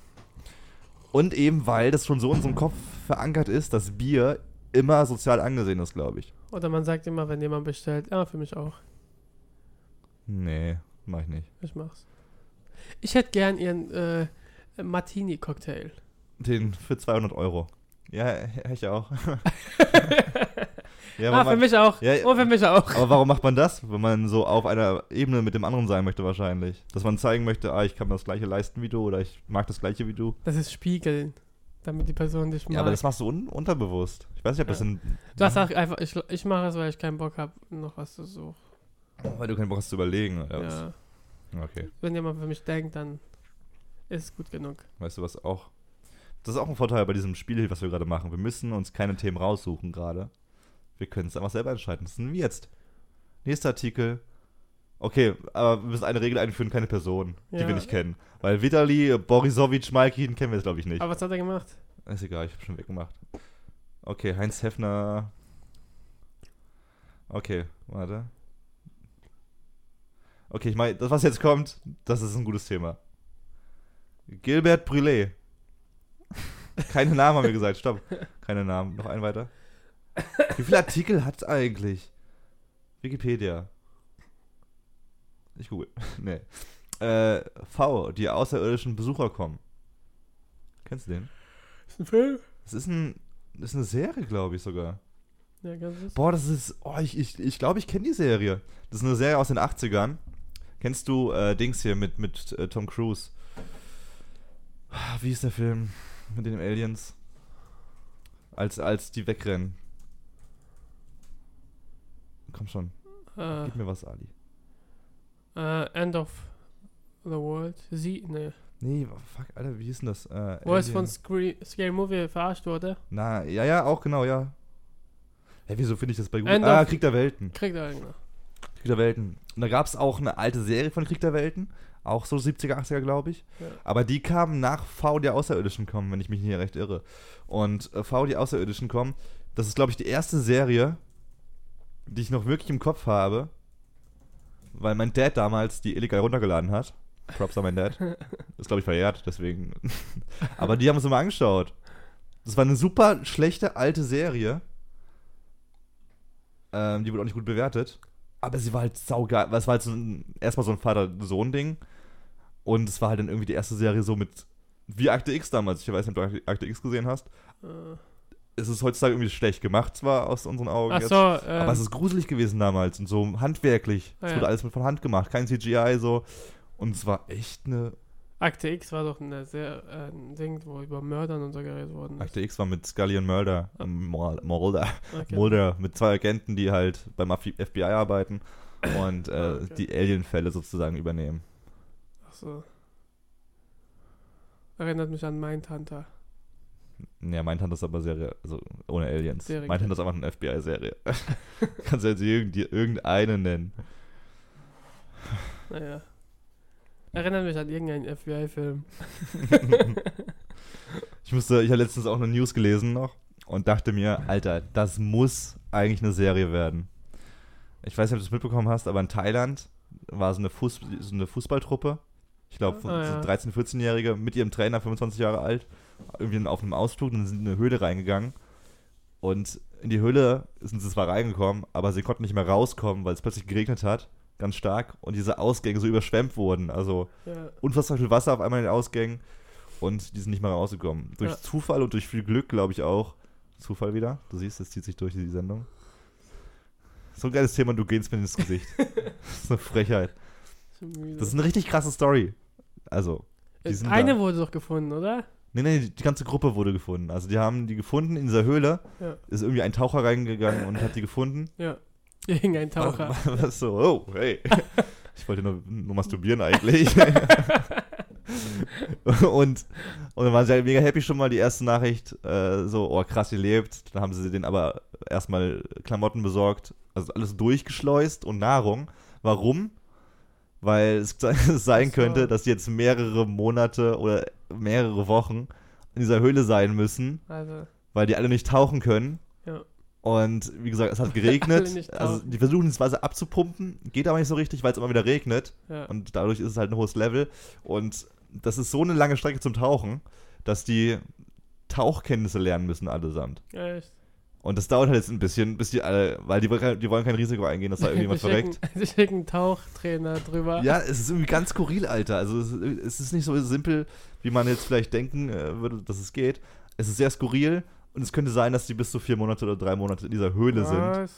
[SPEAKER 2] Und eben, weil das schon so in unserem Kopf verankert ist, dass Bier immer sozial angesehen ist, glaube ich.
[SPEAKER 1] Oder man sagt immer, wenn jemand bestellt, ja, für mich auch.
[SPEAKER 2] Nee, mach ich nicht.
[SPEAKER 1] Ich mach's. Ich hätte gern ihren äh, Martini-Cocktail.
[SPEAKER 2] Den für 200 Euro. Ja, hä- ich auch. ja, aber
[SPEAKER 1] ah, für
[SPEAKER 2] man,
[SPEAKER 1] mich auch.
[SPEAKER 2] Ja, ja.
[SPEAKER 1] oh, für mich auch.
[SPEAKER 2] aber warum macht man das, wenn man so auf einer Ebene mit dem anderen sein möchte wahrscheinlich? Dass man zeigen möchte, ah, ich kann mir das gleiche leisten wie du oder ich mag das gleiche wie du.
[SPEAKER 1] Das ist Spiegeln, damit die Person dich mag.
[SPEAKER 2] Ja, aber das machst du un unterbewusst. Ich weiß nicht, ob das
[SPEAKER 1] Ja.
[SPEAKER 2] in
[SPEAKER 1] du hast auch einfach, ich, ich mache es, weil ich keinen Bock habe, noch was zu suchen.
[SPEAKER 2] Weil du keinen Bock hast zu überlegen. Oder
[SPEAKER 1] Ja.
[SPEAKER 2] was? Okay.
[SPEAKER 1] Wenn jemand für mich denkt, dann ist es gut genug.
[SPEAKER 2] Weißt du was auch? Das ist auch ein Vorteil bei diesem Spiel, was wir gerade machen. Wir müssen uns keine Themen raussuchen gerade. Wir können es einfach selber entscheiden. Das sind wir jetzt. Nächster Artikel. Okay, aber wir müssen eine Regel einführen, keine Person, die
[SPEAKER 1] Ja.
[SPEAKER 2] wir nicht kennen. Weil Vitali, Borisovic, Malkin kennen wir jetzt, glaube ich, nicht.
[SPEAKER 1] Aber was hat er gemacht?
[SPEAKER 2] ist egal, ich habe schon weggemacht. Okay, Heinz Heffner. Okay, warte. Okay, ich meine, das, was jetzt kommt, das ist ein gutes Thema. Gilbert Brûlé. Keine Namen haben wir gesagt, stopp. Keine Namen. Noch ein weiter. Wie viele Artikel hat es eigentlich? Wikipedia. Ich google. Nee. Äh, V, die außerirdischen Besucher kommen. Kennst du den?
[SPEAKER 1] Ist ein Film?
[SPEAKER 2] Das ist, ein, das ist eine Serie, glaube ich sogar.
[SPEAKER 1] Ja, ganz lustig.
[SPEAKER 2] Boah, das ist. Oh, ich glaube, ich, ich, glaub, ich kenne die Serie. Das ist eine Serie aus den 80ern. Kennst du äh, Dings hier mit, mit äh, Tom Cruise? Ah, Wie ist der Film mit den Aliens? Als, als die wegrennen. Komm schon,
[SPEAKER 1] Äh,
[SPEAKER 2] gib mir was, Ali.
[SPEAKER 1] äh, End of the World. Sie, ne.
[SPEAKER 2] Nee, fuck, Alter, wie hieß denn das? Äh,
[SPEAKER 1] Wo es
[SPEAKER 2] Alien.
[SPEAKER 1] von Scre Scary Movie verarscht wurde.
[SPEAKER 2] Na, ja, ja, auch genau, ja. Hä, wieso finde ich das bei Google?
[SPEAKER 1] End
[SPEAKER 2] Ah,
[SPEAKER 1] of-
[SPEAKER 2] Krieg der Welten.
[SPEAKER 1] Kriegt er irgendeine.
[SPEAKER 2] Krieg der Welten. Und da gab es auch eine alte Serie von Krieg der Welten. Auch so 70er, 80er, glaube ich.
[SPEAKER 1] Ja.
[SPEAKER 2] Aber die kamen nach V, die Außerirdischen kommen, wenn ich mich nicht recht irre. Und äh, V, die Außerirdischen kommen, das ist, glaube ich, die erste Serie, die ich noch wirklich im Kopf habe, weil mein Dad damals die illegal runtergeladen hat. Props an mein Dad. Ist, glaube ich, verjährt, deswegen. Aber die haben uns immer angeschaut. Das war eine super schlechte alte Serie. Ähm, die wurde auch nicht gut bewertet. Aber sie war halt saugeil. weil Es war halt so ein, erstmal so ein Vater-Sohn-Ding. Und es war halt dann irgendwie die erste Serie so mit. Wie Akte X damals. Ich weiß nicht, ob du Akte- Akte X gesehen hast.
[SPEAKER 1] Äh,
[SPEAKER 2] Es ist heutzutage irgendwie schlecht gemacht, zwar aus unseren Augen.
[SPEAKER 1] ach
[SPEAKER 2] jetzt,
[SPEAKER 1] so, ähm,
[SPEAKER 2] aber es ist gruselig gewesen damals und so handwerklich.
[SPEAKER 1] Ah,
[SPEAKER 2] es
[SPEAKER 1] ja.
[SPEAKER 2] wurde alles mit von Hand gemacht, kein CGI so. Und es war echt eine.
[SPEAKER 1] Akte X war doch eine sehr, äh, ein Ding, wo über Mördern und so geredet worden ist. Ah,
[SPEAKER 2] Akte X war mit Scully und Mulder. ähm, Mul- Mulder.
[SPEAKER 1] Okay.
[SPEAKER 2] Mulder mit zwei Agenten, die halt beim F- FBI arbeiten und äh,
[SPEAKER 1] Ah, okay.
[SPEAKER 2] die Alien-Fälle sozusagen übernehmen.
[SPEAKER 1] Ach so. Erinnert mich an Mindhunter.
[SPEAKER 2] Ja, mein Tante ist aber Serie, also ohne Aliens.
[SPEAKER 1] Serie.
[SPEAKER 2] Mein Tante ist einfach eine FBI-Serie. Kannst du jetzt irgend, dir irgendeine nennen.
[SPEAKER 1] Naja. Erinnert mich an irgendeinen FBI-Film.
[SPEAKER 2] Ich musste, ich habe letztens auch eine News gelesen noch und dachte mir, Alter, das muss eigentlich eine Serie werden. Ich weiß nicht, ob du es mitbekommen hast, aber in Thailand war so eine, Fuß, so eine Fußballtruppe, ich glaube von
[SPEAKER 1] Ah, ja.
[SPEAKER 2] 13, 14-Jährige mit ihrem Trainer, 25 Jahre alt, irgendwie auf einem Ausflug und sind in eine Höhle reingegangen. Und in die Höhle sind sie zwar reingekommen, aber sie konnten nicht mehr rauskommen, weil es plötzlich geregnet hat, ganz stark, und diese Ausgänge so überschwemmt wurden. Also
[SPEAKER 1] Ja.
[SPEAKER 2] unfassbar viel Wasser auf einmal in den Ausgängen und die sind nicht mal rausgekommen. Durch
[SPEAKER 1] Ja.
[SPEAKER 2] Zufall und durch viel Glück, glaube ich auch. Zufall wieder. Du siehst, das zieht sich durch die Sendung. So ein geiles Thema, du gehst mir ins Gesicht. das ist eine Frechheit.
[SPEAKER 1] Ich bin müde.
[SPEAKER 2] Das ist eine richtig krasse Story. Also, die
[SPEAKER 1] Äh,
[SPEAKER 2] sind
[SPEAKER 1] eine
[SPEAKER 2] da.
[SPEAKER 1] wurde doch gefunden, oder?
[SPEAKER 2] nee, nee, die ganze Gruppe wurde gefunden. Also, die haben die gefunden in dieser Höhle.
[SPEAKER 1] Ja.
[SPEAKER 2] Ist irgendwie ein Taucher reingegangen und hat die gefunden.
[SPEAKER 1] Ja.
[SPEAKER 2] Oh
[SPEAKER 1] Irgendein Taucher.
[SPEAKER 2] Was so, oh, hey. Ich wollte nur, nur masturbieren eigentlich. und, und dann waren sie halt mega happy schon mal die erste Nachricht, äh, so, oh krass, ihr lebt. Dann haben sie den aber erstmal Klamotten besorgt, also alles durchgeschleust und Nahrung. Warum? Weil es se- es sein
[SPEAKER 1] Ach so.
[SPEAKER 2] könnte, dass sie jetzt mehrere Monate oder mehrere Wochen in dieser Höhle sein müssen,
[SPEAKER 1] Also,
[SPEAKER 2] weil die alle nicht tauchen können.
[SPEAKER 1] Ja.
[SPEAKER 2] Und wie gesagt, es hat
[SPEAKER 1] Alle nicht
[SPEAKER 2] geregnet.
[SPEAKER 1] tauchen.
[SPEAKER 2] Also die versuchen das Wasser abzupumpen, geht aber nicht so richtig, weil es immer wieder regnet.
[SPEAKER 1] ja.
[SPEAKER 2] Und dadurch ist es halt ein hohes Level. Und das ist so eine lange Strecke zum Tauchen, dass die Tauchkenntnisse lernen müssen allesamt.
[SPEAKER 1] Echt.
[SPEAKER 2] Und das dauert halt jetzt ein bisschen, bis die alle, weil die, wollen- die wollen kein Risiko eingehen, dass da irgendjemand
[SPEAKER 1] Die schicken-
[SPEAKER 2] verreckt.
[SPEAKER 1] Die schicken einen Tauchtrainer drüber.
[SPEAKER 2] Ja, es ist irgendwie ganz skurril, Alter. Also es, es ist nicht so simpel, wie man jetzt vielleicht denken äh, würde, dass es geht. Es ist sehr skurril und es könnte sein, dass die bis zu vier Monate oder drei Monate in dieser Höhle sind.
[SPEAKER 1] Was?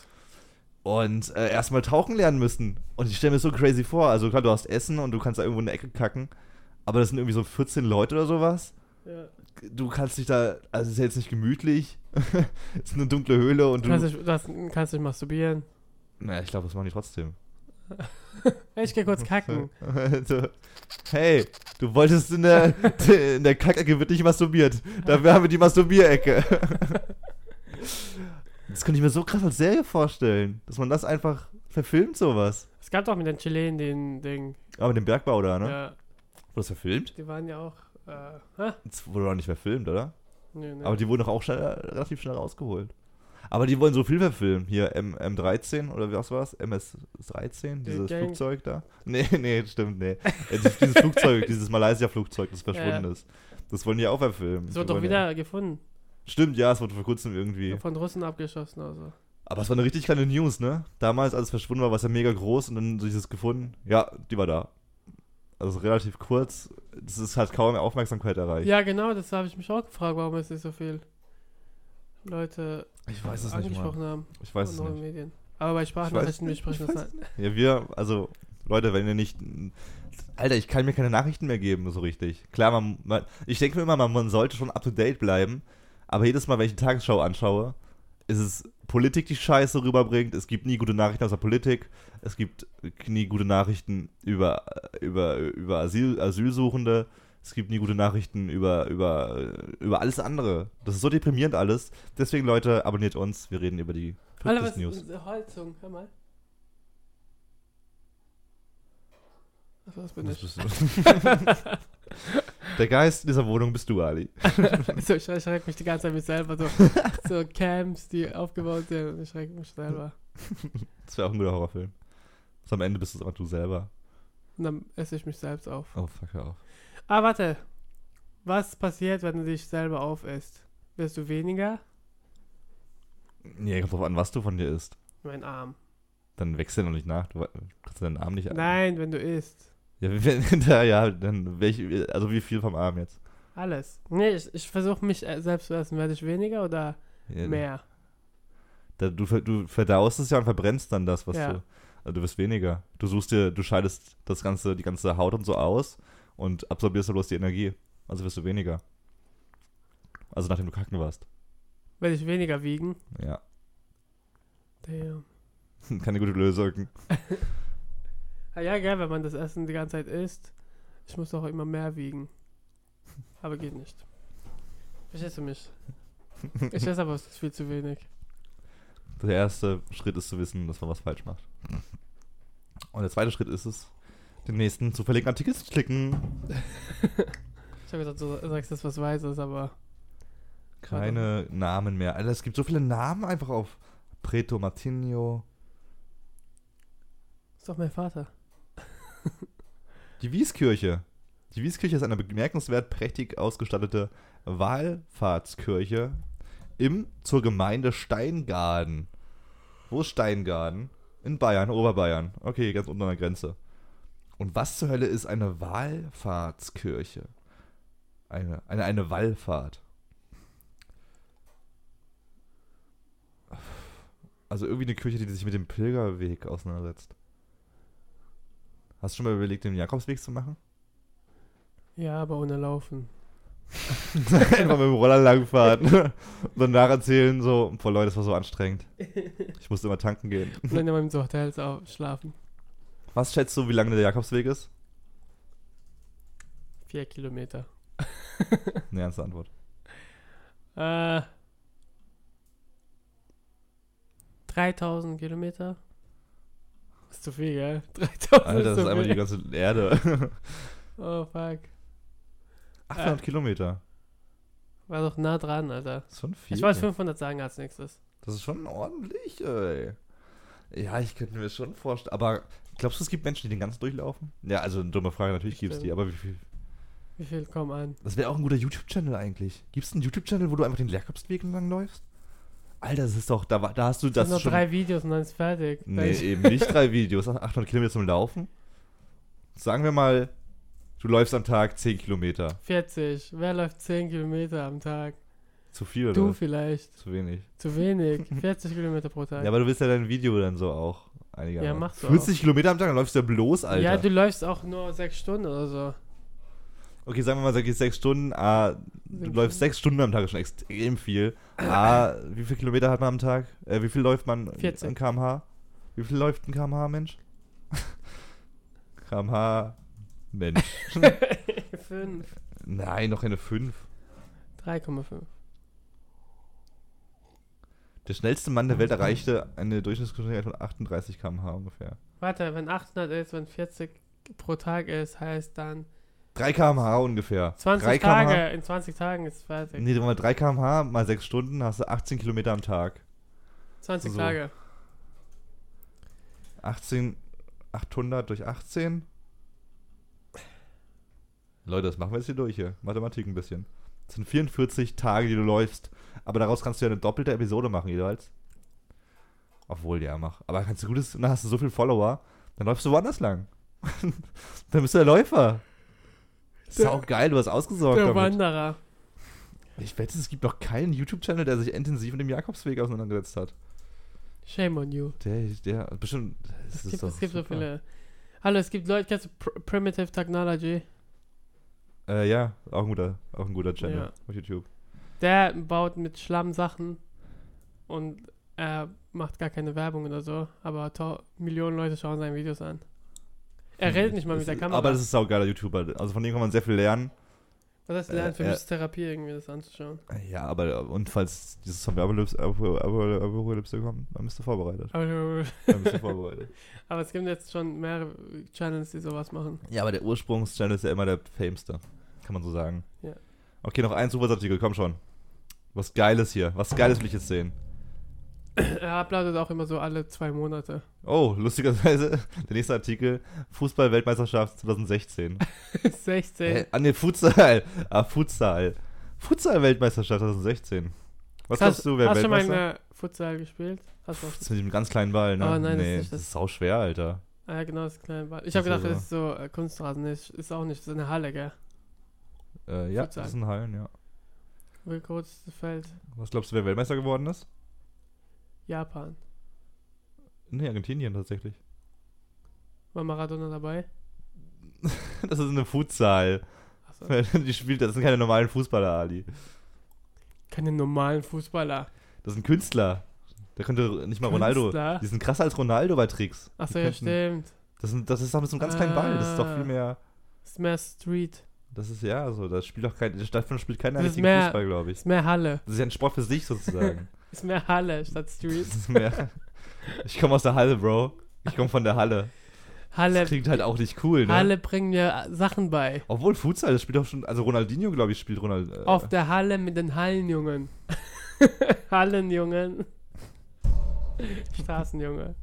[SPEAKER 2] und äh, erstmal tauchen lernen müssen. Und ich stelle mir das so crazy vor. Also klar, du hast Essen und du kannst da irgendwo in der Ecke kacken, aber das sind irgendwie so 14 Leute oder sowas.
[SPEAKER 1] Ja.
[SPEAKER 2] Du kannst dich da, also es ist ja jetzt nicht gemütlich. es ist eine dunkle Höhle und
[SPEAKER 1] Du
[SPEAKER 2] du.
[SPEAKER 1] kannst, dich, das, kannst dich masturbieren.
[SPEAKER 2] Na, ich glaube, das machen die trotzdem.
[SPEAKER 1] Ich geh kurz kacken.
[SPEAKER 2] So, Also, hey, du wolltest in der, in der Kackecke wird nicht masturbiert. Dafür haben wir die Masturbierecke. das könnte ich mir so krass als Serie vorstellen, dass man das einfach verfilmt, sowas.
[SPEAKER 1] Es gab doch mit den Chilenen den Ding.
[SPEAKER 2] Aber mit dem Bergbau da, ne?
[SPEAKER 1] Ja,
[SPEAKER 2] Wurde das verfilmt?
[SPEAKER 1] die waren ja auch. Äh, hä?
[SPEAKER 2] Das wurde doch nicht verfilmt, oder?
[SPEAKER 1] Nö, nö.
[SPEAKER 2] Aber die wurden doch auch schnell, relativ schnell rausgeholt. Aber die wollen so viel verfilmen. Hier M M13 oder was war's? MS13?
[SPEAKER 1] Die
[SPEAKER 2] Dieses
[SPEAKER 1] Gang.
[SPEAKER 2] Flugzeug da? Nee, nee, stimmt, nee. Äh, dieses, dieses Flugzeug, dieses Malaysia-Flugzeug, das verschwunden
[SPEAKER 1] Ja.
[SPEAKER 2] ist. Das wollen die auch verfilmen.
[SPEAKER 1] Es
[SPEAKER 2] Die
[SPEAKER 1] wurde doch
[SPEAKER 2] wollen
[SPEAKER 1] wieder gefunden.
[SPEAKER 2] Ja. Stimmt, ja, es wurde vor kurzem irgendwie.
[SPEAKER 1] Von Russen abgeschossen oder so.
[SPEAKER 2] Aber es war eine richtig kleine News, ne? Damals, als es verschwunden war, war es ja mega groß und dann sich das gefunden. Ja, die war da. Also relativ kurz. Das ist halt kaum Aufmerksamkeit erreicht.
[SPEAKER 1] Ja, genau, das habe ich mich auch gefragt, warum es nicht so viel Leute
[SPEAKER 2] Ich weiß es nicht mal.
[SPEAKER 1] angesprochen haben.
[SPEAKER 2] Ich weiß es
[SPEAKER 1] von neuen
[SPEAKER 2] nicht.
[SPEAKER 1] Medien. Aber bei Sprachnachrichten, wir
[SPEAKER 2] nicht,
[SPEAKER 1] sprechen
[SPEAKER 2] ich
[SPEAKER 1] das
[SPEAKER 2] weiß
[SPEAKER 1] an.
[SPEAKER 2] Ja, wir, also, Leute, wenn ihr nicht. Alter, ich kann mir keine Nachrichten mehr geben, so richtig. Klar, man, man ich denke mir immer, man, man sollte schon up to date bleiben, aber jedes Mal, wenn ich die Tagesschau anschaue, ist es Politik, die Scheiße rüberbringt. Es gibt nie gute Nachrichten aus der Politik. Es gibt nie gute Nachrichten über, über, über Asyl, Asylsuchende. Es gibt nie gute Nachrichten über, über, über alles andere. Das ist so deprimierend alles. Deswegen, Leute, abonniert uns. Wir reden über die
[SPEAKER 1] Alter,
[SPEAKER 2] Püttis
[SPEAKER 1] was
[SPEAKER 2] News.
[SPEAKER 1] ist eine Holzung? Hör mal. Achso, das bin
[SPEAKER 2] Das
[SPEAKER 1] ich.
[SPEAKER 2] bist du. Der Geist dieser Wohnung bist du, Ali.
[SPEAKER 1] so, ich schrecke mich die ganze Zeit mich selber. So, so Camps, die aufgebaut sind. und Ich schrecke mich selber.
[SPEAKER 2] Das wäre auch ein guter Horrorfilm. Also am Ende bist du aber du selber.
[SPEAKER 1] Und dann esse ich mich selbst auf.
[SPEAKER 2] Oh, fuck, hör auf.
[SPEAKER 1] Ah, warte. Was passiert, wenn du dich selber aufisst? Wirst du weniger?
[SPEAKER 2] Nee, kommt drauf an, was du von dir isst.
[SPEAKER 1] Mein Arm.
[SPEAKER 2] Dann wächst er noch nicht nach. Du we- kannst deinen Arm nicht
[SPEAKER 1] Nein, wenn du isst.
[SPEAKER 2] Ja, wenn, da, ja, dann welch, also wie viel vom Arm jetzt?
[SPEAKER 1] Alles. Nee, ich, ich versuche mich äh, selbst zu essen. Werde ich weniger oder
[SPEAKER 2] Ja,
[SPEAKER 1] mehr?
[SPEAKER 2] Da, du, ver- du verdaust es ja und verbrennst dann das, was
[SPEAKER 1] Ja.
[SPEAKER 2] du. Also du wirst weniger. Du suchst dir, du scheidest das ganze, die ganze Haut und so aus und absorbierst dann bloß die Energie. Also wirst du weniger. Also nachdem du kacken warst.
[SPEAKER 1] Werde ich weniger wiegen?
[SPEAKER 2] Ja.
[SPEAKER 1] Damn.
[SPEAKER 2] Keine gute Lösung.
[SPEAKER 1] Ah, ja, gell, wenn man das Essen die ganze Zeit isst. Ich muss auch immer mehr wiegen. Aber geht nicht. Verstehst du mich? Ich esse aber viel zu wenig.
[SPEAKER 2] Der erste Schritt ist zu wissen, dass man was falsch macht. Und der zweite Schritt ist es, den nächsten zufälligen Artikel zu klicken.
[SPEAKER 1] Ich habe gesagt, du sagst das was Weises, aber
[SPEAKER 2] Keine Namen mehr. Alter, es gibt so viele Namen einfach auf Preto Martinho.
[SPEAKER 1] ist doch mein Vater.
[SPEAKER 2] Die Wieskirche. Die Wieskirche ist eine bemerkenswert prächtig ausgestattete Wallfahrtskirche im zur Gemeinde Steingaden. Wo ist Steingaden? In Bayern, Oberbayern. Okay, ganz unten an der Grenze. Und was zur Hölle ist eine Wallfahrtskirche? Eine, eine, eine Wallfahrt. Also irgendwie eine Kirche, die sich mit dem Pilgerweg auseinandersetzt. Hast du schon mal überlegt, den Jakobsweg zu machen?
[SPEAKER 1] Ja, aber ohne Laufen.
[SPEAKER 2] Einfach mit dem Roller langfahren. Und danach erzählen so, boah Leute, das war so anstrengend. Ich musste immer tanken gehen.
[SPEAKER 1] Und dann immer in so Hotels auf, schlafen.
[SPEAKER 2] Was schätzt du, wie lange der Jakobsweg ist?
[SPEAKER 1] Vier Kilometer.
[SPEAKER 2] Eine ernste Antwort.
[SPEAKER 1] Äh, 3000 Kilometer. Ist zu viel, gell? 3000
[SPEAKER 2] Alter, das ist
[SPEAKER 1] zu
[SPEAKER 2] einmal die
[SPEAKER 1] viel.
[SPEAKER 2] ganze Erde.
[SPEAKER 1] Oh, fuck.
[SPEAKER 2] 800 Kilometer.
[SPEAKER 1] War doch nah dran, Alter.
[SPEAKER 2] Das ist schon viel.
[SPEAKER 1] Ich wollte 500 sagen als nächstes.
[SPEAKER 2] Das ist schon ordentlich, ey. Ja, ich könnte mir das schon vorstellen. Aber glaubst du, es gibt Menschen, die den ganzen durchlaufen? Ja, also eine dumme Frage, natürlich gibt es die.
[SPEAKER 1] Bestimmt.
[SPEAKER 2] Aber wie viel?
[SPEAKER 1] Wie viel kommen an?
[SPEAKER 2] Das wäre auch ein guter YouTube-Channel eigentlich. Gibt es einen YouTube-Channel, wo du einfach den Jakobsweg lang läufst? Alter, das ist doch, da, war- da hast du
[SPEAKER 1] Das
[SPEAKER 2] das
[SPEAKER 1] sind noch
[SPEAKER 2] schon
[SPEAKER 1] drei Videos und dann ist fertig.
[SPEAKER 2] Nee,
[SPEAKER 1] ich,
[SPEAKER 2] eben nicht drei Videos, 800 Kilometer zum Laufen. Sagen wir mal, du läufst am Tag 10 Kilometer.
[SPEAKER 1] 40. Wer läuft 10 Kilometer am Tag?
[SPEAKER 2] Zu viel oder
[SPEAKER 1] Du
[SPEAKER 2] was?
[SPEAKER 1] vielleicht.
[SPEAKER 2] zu wenig?
[SPEAKER 1] Zu wenig. 40 Kilometer pro Tag.
[SPEAKER 2] Ja, aber du willst ja dein Video dann so auch einigermaßen.
[SPEAKER 1] Äh, Ja, machst du
[SPEAKER 2] 40 Kilometer am Tag, dann läufst du ja bloß, Alter.
[SPEAKER 1] Ja, du läufst auch nur 6 Stunden oder so.
[SPEAKER 2] okay, sagen wir mal, sag ich 6 Stunden, ah, du
[SPEAKER 1] Sechs
[SPEAKER 2] läufst
[SPEAKER 1] Stunden.
[SPEAKER 2] 6 Stunden am Tag, ist schon extrem viel. Ah, wie viel Kilometer hat man am Tag? Äh, wie viel läuft man
[SPEAKER 1] 14.
[SPEAKER 2] in kmh? Wie viel läuft ein kmh, Mensch? kmh, Mensch.
[SPEAKER 1] 5.
[SPEAKER 2] Nein, noch eine 5.
[SPEAKER 1] 3,5.
[SPEAKER 2] Der schnellste Mann der Welt erreichte eine Durchschnittsgeschwindigkeit von 38 km/h ungefähr.
[SPEAKER 1] Warte, wenn 800 ist, wenn 40 pro Tag ist, heißt dann
[SPEAKER 2] 3 km/h ungefähr.
[SPEAKER 1] 20
[SPEAKER 2] 3
[SPEAKER 1] Tage.
[SPEAKER 2] kmh
[SPEAKER 1] In 20 Tagen ist es fertig.
[SPEAKER 2] Nee, mal 3 km/h mal 6 Stunden hast du 18 Kilometer am Tag.
[SPEAKER 1] 20
[SPEAKER 2] so.
[SPEAKER 1] Tage.
[SPEAKER 2] 18, 800 durch 18. Leute, das machen wir jetzt hier durch hier. Mathematik ein bisschen. Das sind 44 Tage, die du läufst. Aber daraus kannst du ja eine doppelte Episode machen jeweils. Obwohl, ja, mach. Aber kannst du gutes, dann hast du so viele Follower, dann läufst du woanders lang. dann bist du der Läufer. Das ist
[SPEAKER 1] Der-
[SPEAKER 2] auch geil, du hast ausgesorgt
[SPEAKER 1] Der
[SPEAKER 2] damit.
[SPEAKER 1] Wanderer.
[SPEAKER 2] Ich wette, es gibt noch keinen YouTube-Channel, der sich intensiv mit dem Jakobsweg auseinandergesetzt hat.
[SPEAKER 1] Shame on you.
[SPEAKER 2] Der, der, bestimmt. Das
[SPEAKER 1] Es
[SPEAKER 2] ist
[SPEAKER 1] gibt,
[SPEAKER 2] doch
[SPEAKER 1] es gibt so
[SPEAKER 2] super.
[SPEAKER 1] viele. Hallo, es gibt Leute, kennst du Pr Primitive Technology?
[SPEAKER 2] Äh, ja, auch ein guter, auch ein guter Channel
[SPEAKER 1] Ja.
[SPEAKER 2] auf YouTube.
[SPEAKER 1] Der baut mit Schlamm Sachen und er macht gar keine Werbung oder so, aber tau- Millionen Leute schauen seine Videos an. Er redet nicht mal
[SPEAKER 2] Hm, Das
[SPEAKER 1] mit der
[SPEAKER 2] ist-
[SPEAKER 1] Kamera.
[SPEAKER 2] Aber das ist ein saugeiler YouTuber. Also von dem kann man sehr viel lernen.
[SPEAKER 1] Was heißt lernen? Für
[SPEAKER 2] äh,
[SPEAKER 1] mich
[SPEAKER 2] äh.
[SPEAKER 1] ist Therapie, irgendwie das anzuschauen.
[SPEAKER 2] Ja, aber und falls dieses Zombie-Apokalypse Apo- Apo- Apokalypse kommt, dann bist du vorbereitet.
[SPEAKER 1] Aber,
[SPEAKER 2] Dann bist du vorbereitet.
[SPEAKER 1] aber es gibt jetzt schon mehrere Channels, die sowas machen.
[SPEAKER 2] Ja, aber der Ursprungschannel ist ja immer der fameste. Kann man so sagen.
[SPEAKER 1] Ja.
[SPEAKER 2] Okay, noch ein Supersatz-Artikel, komm schon. Was Geiles hier. Was Geiles will ich jetzt sehen.
[SPEAKER 1] er uploadet auch immer so alle zwei Monate.
[SPEAKER 2] Oh, lustigerweise, der nächste Artikel: Fußball-Weltmeisterschaft 2016.
[SPEAKER 1] 16.
[SPEAKER 2] Äh, an den Futsal. Ah, Futsal. Futsal-Weltmeisterschaft 2016. Was
[SPEAKER 1] hast
[SPEAKER 2] glaubst du, wer
[SPEAKER 1] Hast du mal in
[SPEAKER 2] Weltmeister?
[SPEAKER 1] der Futsal gespielt? Hast du auch,
[SPEAKER 2] Pff, mit dem ganz kleinen Ball, ne?
[SPEAKER 1] Oh nein, das ist
[SPEAKER 2] nee, das
[SPEAKER 1] nicht
[SPEAKER 2] ist,
[SPEAKER 1] das-
[SPEAKER 2] sau schwer, Alter.
[SPEAKER 1] ah, ja, genau, das kleine Ball. Ich habe
[SPEAKER 2] Das ist
[SPEAKER 1] gedacht, das ist so äh, Kunstrasen. Nee, ist- ist auch nicht. Das ist eine Halle, gell?
[SPEAKER 2] Äh, ja,
[SPEAKER 1] Futsal.
[SPEAKER 2] das sind Hallen, ja.
[SPEAKER 1] Wie groß das Feld?
[SPEAKER 2] Was glaubst du, wer Weltmeister geworden ist?
[SPEAKER 1] Japan.
[SPEAKER 2] Nee, Argentinien tatsächlich.
[SPEAKER 1] War Maradona dabei?
[SPEAKER 2] Das ist eine Futsal.
[SPEAKER 1] Achso.
[SPEAKER 2] Die spielt, das sind keine normalen Fußballer, Ali.
[SPEAKER 1] Keine normalen Fußballer.
[SPEAKER 2] Das sind Künstler. Der könnte nicht mal Ronaldo.
[SPEAKER 1] Künstler?
[SPEAKER 2] Die sind krasser als Ronaldo bei Tricks. Die
[SPEAKER 1] Achso, ja,
[SPEAKER 2] könnten-
[SPEAKER 1] stimmt.
[SPEAKER 2] Das, sind, das ist doch mit so einem ganz kleinen Ball. Das ist doch viel
[SPEAKER 1] Ah.
[SPEAKER 2] mehr.
[SPEAKER 1] Das ist mehr Street.
[SPEAKER 2] Das ist ja so. Das spielt doch kein. Davon spielt keiner
[SPEAKER 1] Das ist
[SPEAKER 2] richtigen
[SPEAKER 1] mehr-
[SPEAKER 2] Fußball, glaube
[SPEAKER 1] Das
[SPEAKER 2] ich.
[SPEAKER 1] ist mehr Halle.
[SPEAKER 2] Das ist ja ein Sport für sich sozusagen.
[SPEAKER 1] Das ist mehr Halle statt
[SPEAKER 2] Das
[SPEAKER 1] Street.
[SPEAKER 2] ist mehr. Ich komme aus der Halle, Bro. Ich komme von der Halle.
[SPEAKER 1] Halle,
[SPEAKER 2] Das klingt halt auch nicht cool, ne?
[SPEAKER 1] Halle bringen mir Sachen bei.
[SPEAKER 2] Obwohl Futsal, das spielt auch schon, also Ronaldinho, glaube ich, spielt Ronald. Äh,
[SPEAKER 1] Auf der Halle mit den Hallenjungen. Hallenjungen. Straßenjunge.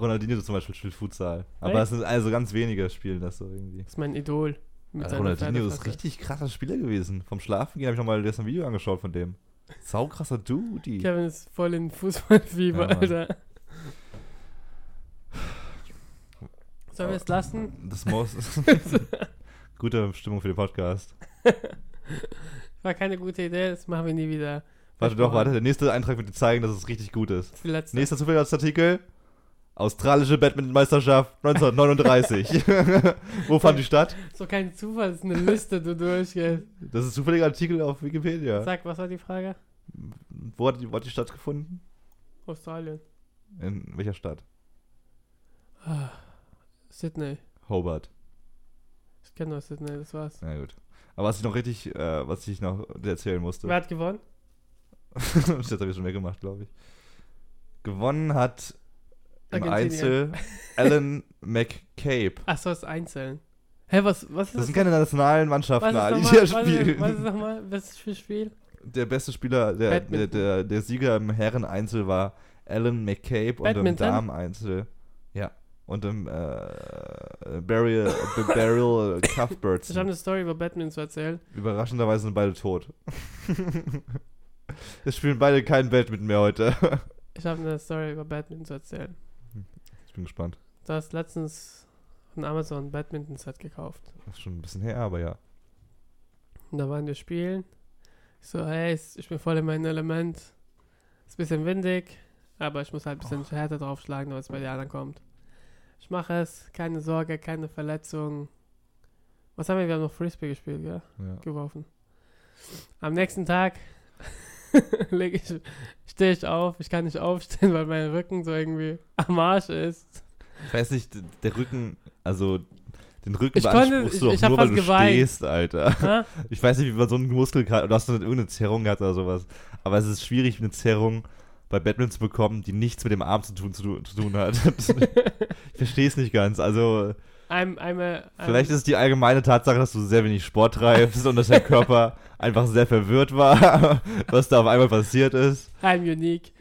[SPEAKER 2] Ronaldinho zum Beispiel spielt Futsal. Aber
[SPEAKER 1] Echt?
[SPEAKER 2] es sind also ganz wenige spielen das so irgendwie.
[SPEAKER 1] Das ist mein Idol. Mit
[SPEAKER 2] Also
[SPEAKER 1] seiner
[SPEAKER 2] Ronaldinho ist
[SPEAKER 1] Pferdefresse.
[SPEAKER 2] richtig krasser Spieler gewesen. Vom Schlafen gehen habe ich nochmal das Video angeschaut von dem. Saukrasser Dude.
[SPEAKER 1] Kevin ist voll in Fußballfieber,
[SPEAKER 2] Ja, Mann.
[SPEAKER 1] Alter. Sollen wir es lassen?
[SPEAKER 2] Das muss. Gute Stimmung für den Podcast.
[SPEAKER 1] War keine gute Idee, das machen wir nie wieder.
[SPEAKER 2] Warte doch, warte. Der nächste Eintrag wird dir zeigen, dass es richtig gut ist.
[SPEAKER 1] Das ist die letzte.
[SPEAKER 2] Nächster Zufallsartikel. Australische Badmintonmeisterschaft 1939. Wo fand die statt?
[SPEAKER 1] So kein Zufall, das ist eine Liste, du durchgehst.
[SPEAKER 2] Das ist ein zufälliger Artikel auf Wikipedia.
[SPEAKER 1] Sag, was war die Frage?
[SPEAKER 2] Wo hat, die, wo hat die stattgefunden?
[SPEAKER 1] Australien.
[SPEAKER 2] In welcher Stadt?
[SPEAKER 1] Ah, Sydney.
[SPEAKER 2] Hobart.
[SPEAKER 1] Ich kenne nur Sydney, das war's.
[SPEAKER 2] Na gut. Aber was ich noch richtig, äh, was ich noch erzählen musste,
[SPEAKER 1] Wer hat gewonnen?
[SPEAKER 2] das habe ich schon weggemacht, glaube ich. Gewonnen hat im
[SPEAKER 1] Argentinien.
[SPEAKER 2] Einzel Alan McCabe.
[SPEAKER 1] Achso, das Einzeln. Hä, was, was
[SPEAKER 2] Das
[SPEAKER 1] ist
[SPEAKER 2] sind keine nationalen Mannschaften,
[SPEAKER 1] was ist
[SPEAKER 2] Ali,
[SPEAKER 1] nochmal- was
[SPEAKER 2] die da
[SPEAKER 1] ist- Was ist
[SPEAKER 2] spielen.
[SPEAKER 1] nochmal? Was ist für Spiel?
[SPEAKER 2] Der beste Spieler, der, der,
[SPEAKER 1] Badminton.
[SPEAKER 2] der, der Sieger im Herren-Einzel war Alan McCabe und im
[SPEAKER 1] Badminton?
[SPEAKER 2] Damen-Einzel. Ja. Und im äh, Barrel, Barrel Cuthbertson.
[SPEAKER 1] Ich habe eine Story über Batman zu erzählen.
[SPEAKER 2] Überraschenderweise sind beide tot. Es spielen beide kein Badminton mehr heute.
[SPEAKER 1] Ich habe eine Story über Batman zu erzählen.
[SPEAKER 2] Ich bin gespannt.
[SPEAKER 1] Du hast letztens von Amazon ein Badminton-Set gekauft.
[SPEAKER 2] Das ist schon ein bisschen her, aber ja.
[SPEAKER 1] Und da waren wir spielen. Ich so, hey, es- ich bin voll in meinem Element. Ist ein bisschen windig, aber ich muss halt ein bisschen härter draufschlagen, damit es bei den anderen kommt. Ich mache es, keine Sorge, keine Verletzung. Was haben wir? Wir haben noch Frisbee gespielt, gell?
[SPEAKER 2] ja.
[SPEAKER 1] Geworfen. Am nächsten Tag leg ich, stehe ich auf. Ich kann nicht aufstehen, weil mein Rücken so irgendwie am Arsch ist.
[SPEAKER 2] Ich weiß nicht, d- der Rücken, also den Rücken
[SPEAKER 1] Ich konnte-
[SPEAKER 2] beanspruchst du
[SPEAKER 1] ich-
[SPEAKER 2] doch
[SPEAKER 1] ich hab
[SPEAKER 2] nur, weil
[SPEAKER 1] fast
[SPEAKER 2] du
[SPEAKER 1] geweint.
[SPEAKER 2] stehst, Alter.
[SPEAKER 1] Ha?
[SPEAKER 2] Ich weiß nicht, wie man so einen Muskel kann, oder hast du irgendeine Zerrung gehabt oder sowas. Aber es ist schwierig, eine Zerrung bei Badminton zu bekommen, die nichts mit dem Arm zu tun, zu, zu tun hat. ich verstehe es nicht ganz. Also,
[SPEAKER 1] I'm, I'm a, I'm
[SPEAKER 2] Vielleicht ist die allgemeine Tatsache, dass du sehr wenig Sport treibst und dass dein Körper einfach sehr verwirrt war, was da auf einmal passiert ist.
[SPEAKER 1] I'm unique.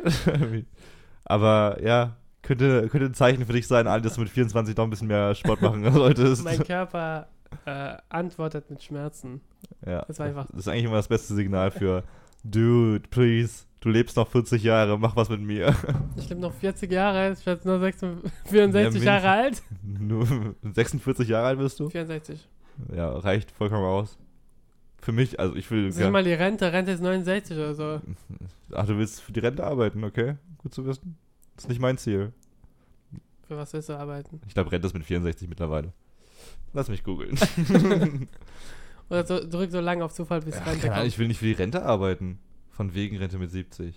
[SPEAKER 2] Aber ja, könnte, könnte ein Zeichen für dich sein, Ali, dass du mit 24 noch ein bisschen mehr Sport machen solltest.
[SPEAKER 1] Mein Körper äh, antwortet mit Schmerzen.
[SPEAKER 2] Ja.
[SPEAKER 1] Das war einfach-
[SPEAKER 2] Das ist eigentlich immer das beste Signal für Dude, please, du lebst noch 40 Jahre, mach was mit mir.
[SPEAKER 1] Ich lebe noch 40 Jahre, ich werde nur 66, 64
[SPEAKER 2] Ja,
[SPEAKER 1] Jahre alt.
[SPEAKER 2] Nur 46 Jahre alt bist du?
[SPEAKER 1] 64.
[SPEAKER 2] Ja, reicht vollkommen aus. Für mich, also ich will
[SPEAKER 1] Das ist
[SPEAKER 2] gar-
[SPEAKER 1] mal die Rente, Rente ist 69 oder so.
[SPEAKER 2] Ach, du willst für die Rente arbeiten, okay? Gut zu wissen. Das ist nicht mein Ziel.
[SPEAKER 1] Für was willst du arbeiten?
[SPEAKER 2] Ich glaube, Rente ist mit 64 mittlerweile. Lass mich googeln.
[SPEAKER 1] Oder so, drück so lange auf Zufall, bis
[SPEAKER 2] Ach,
[SPEAKER 1] Rente
[SPEAKER 2] keine Ahnung,
[SPEAKER 1] kommt.
[SPEAKER 2] ich will nicht für die Rente arbeiten. Von wegen Rente mit 70.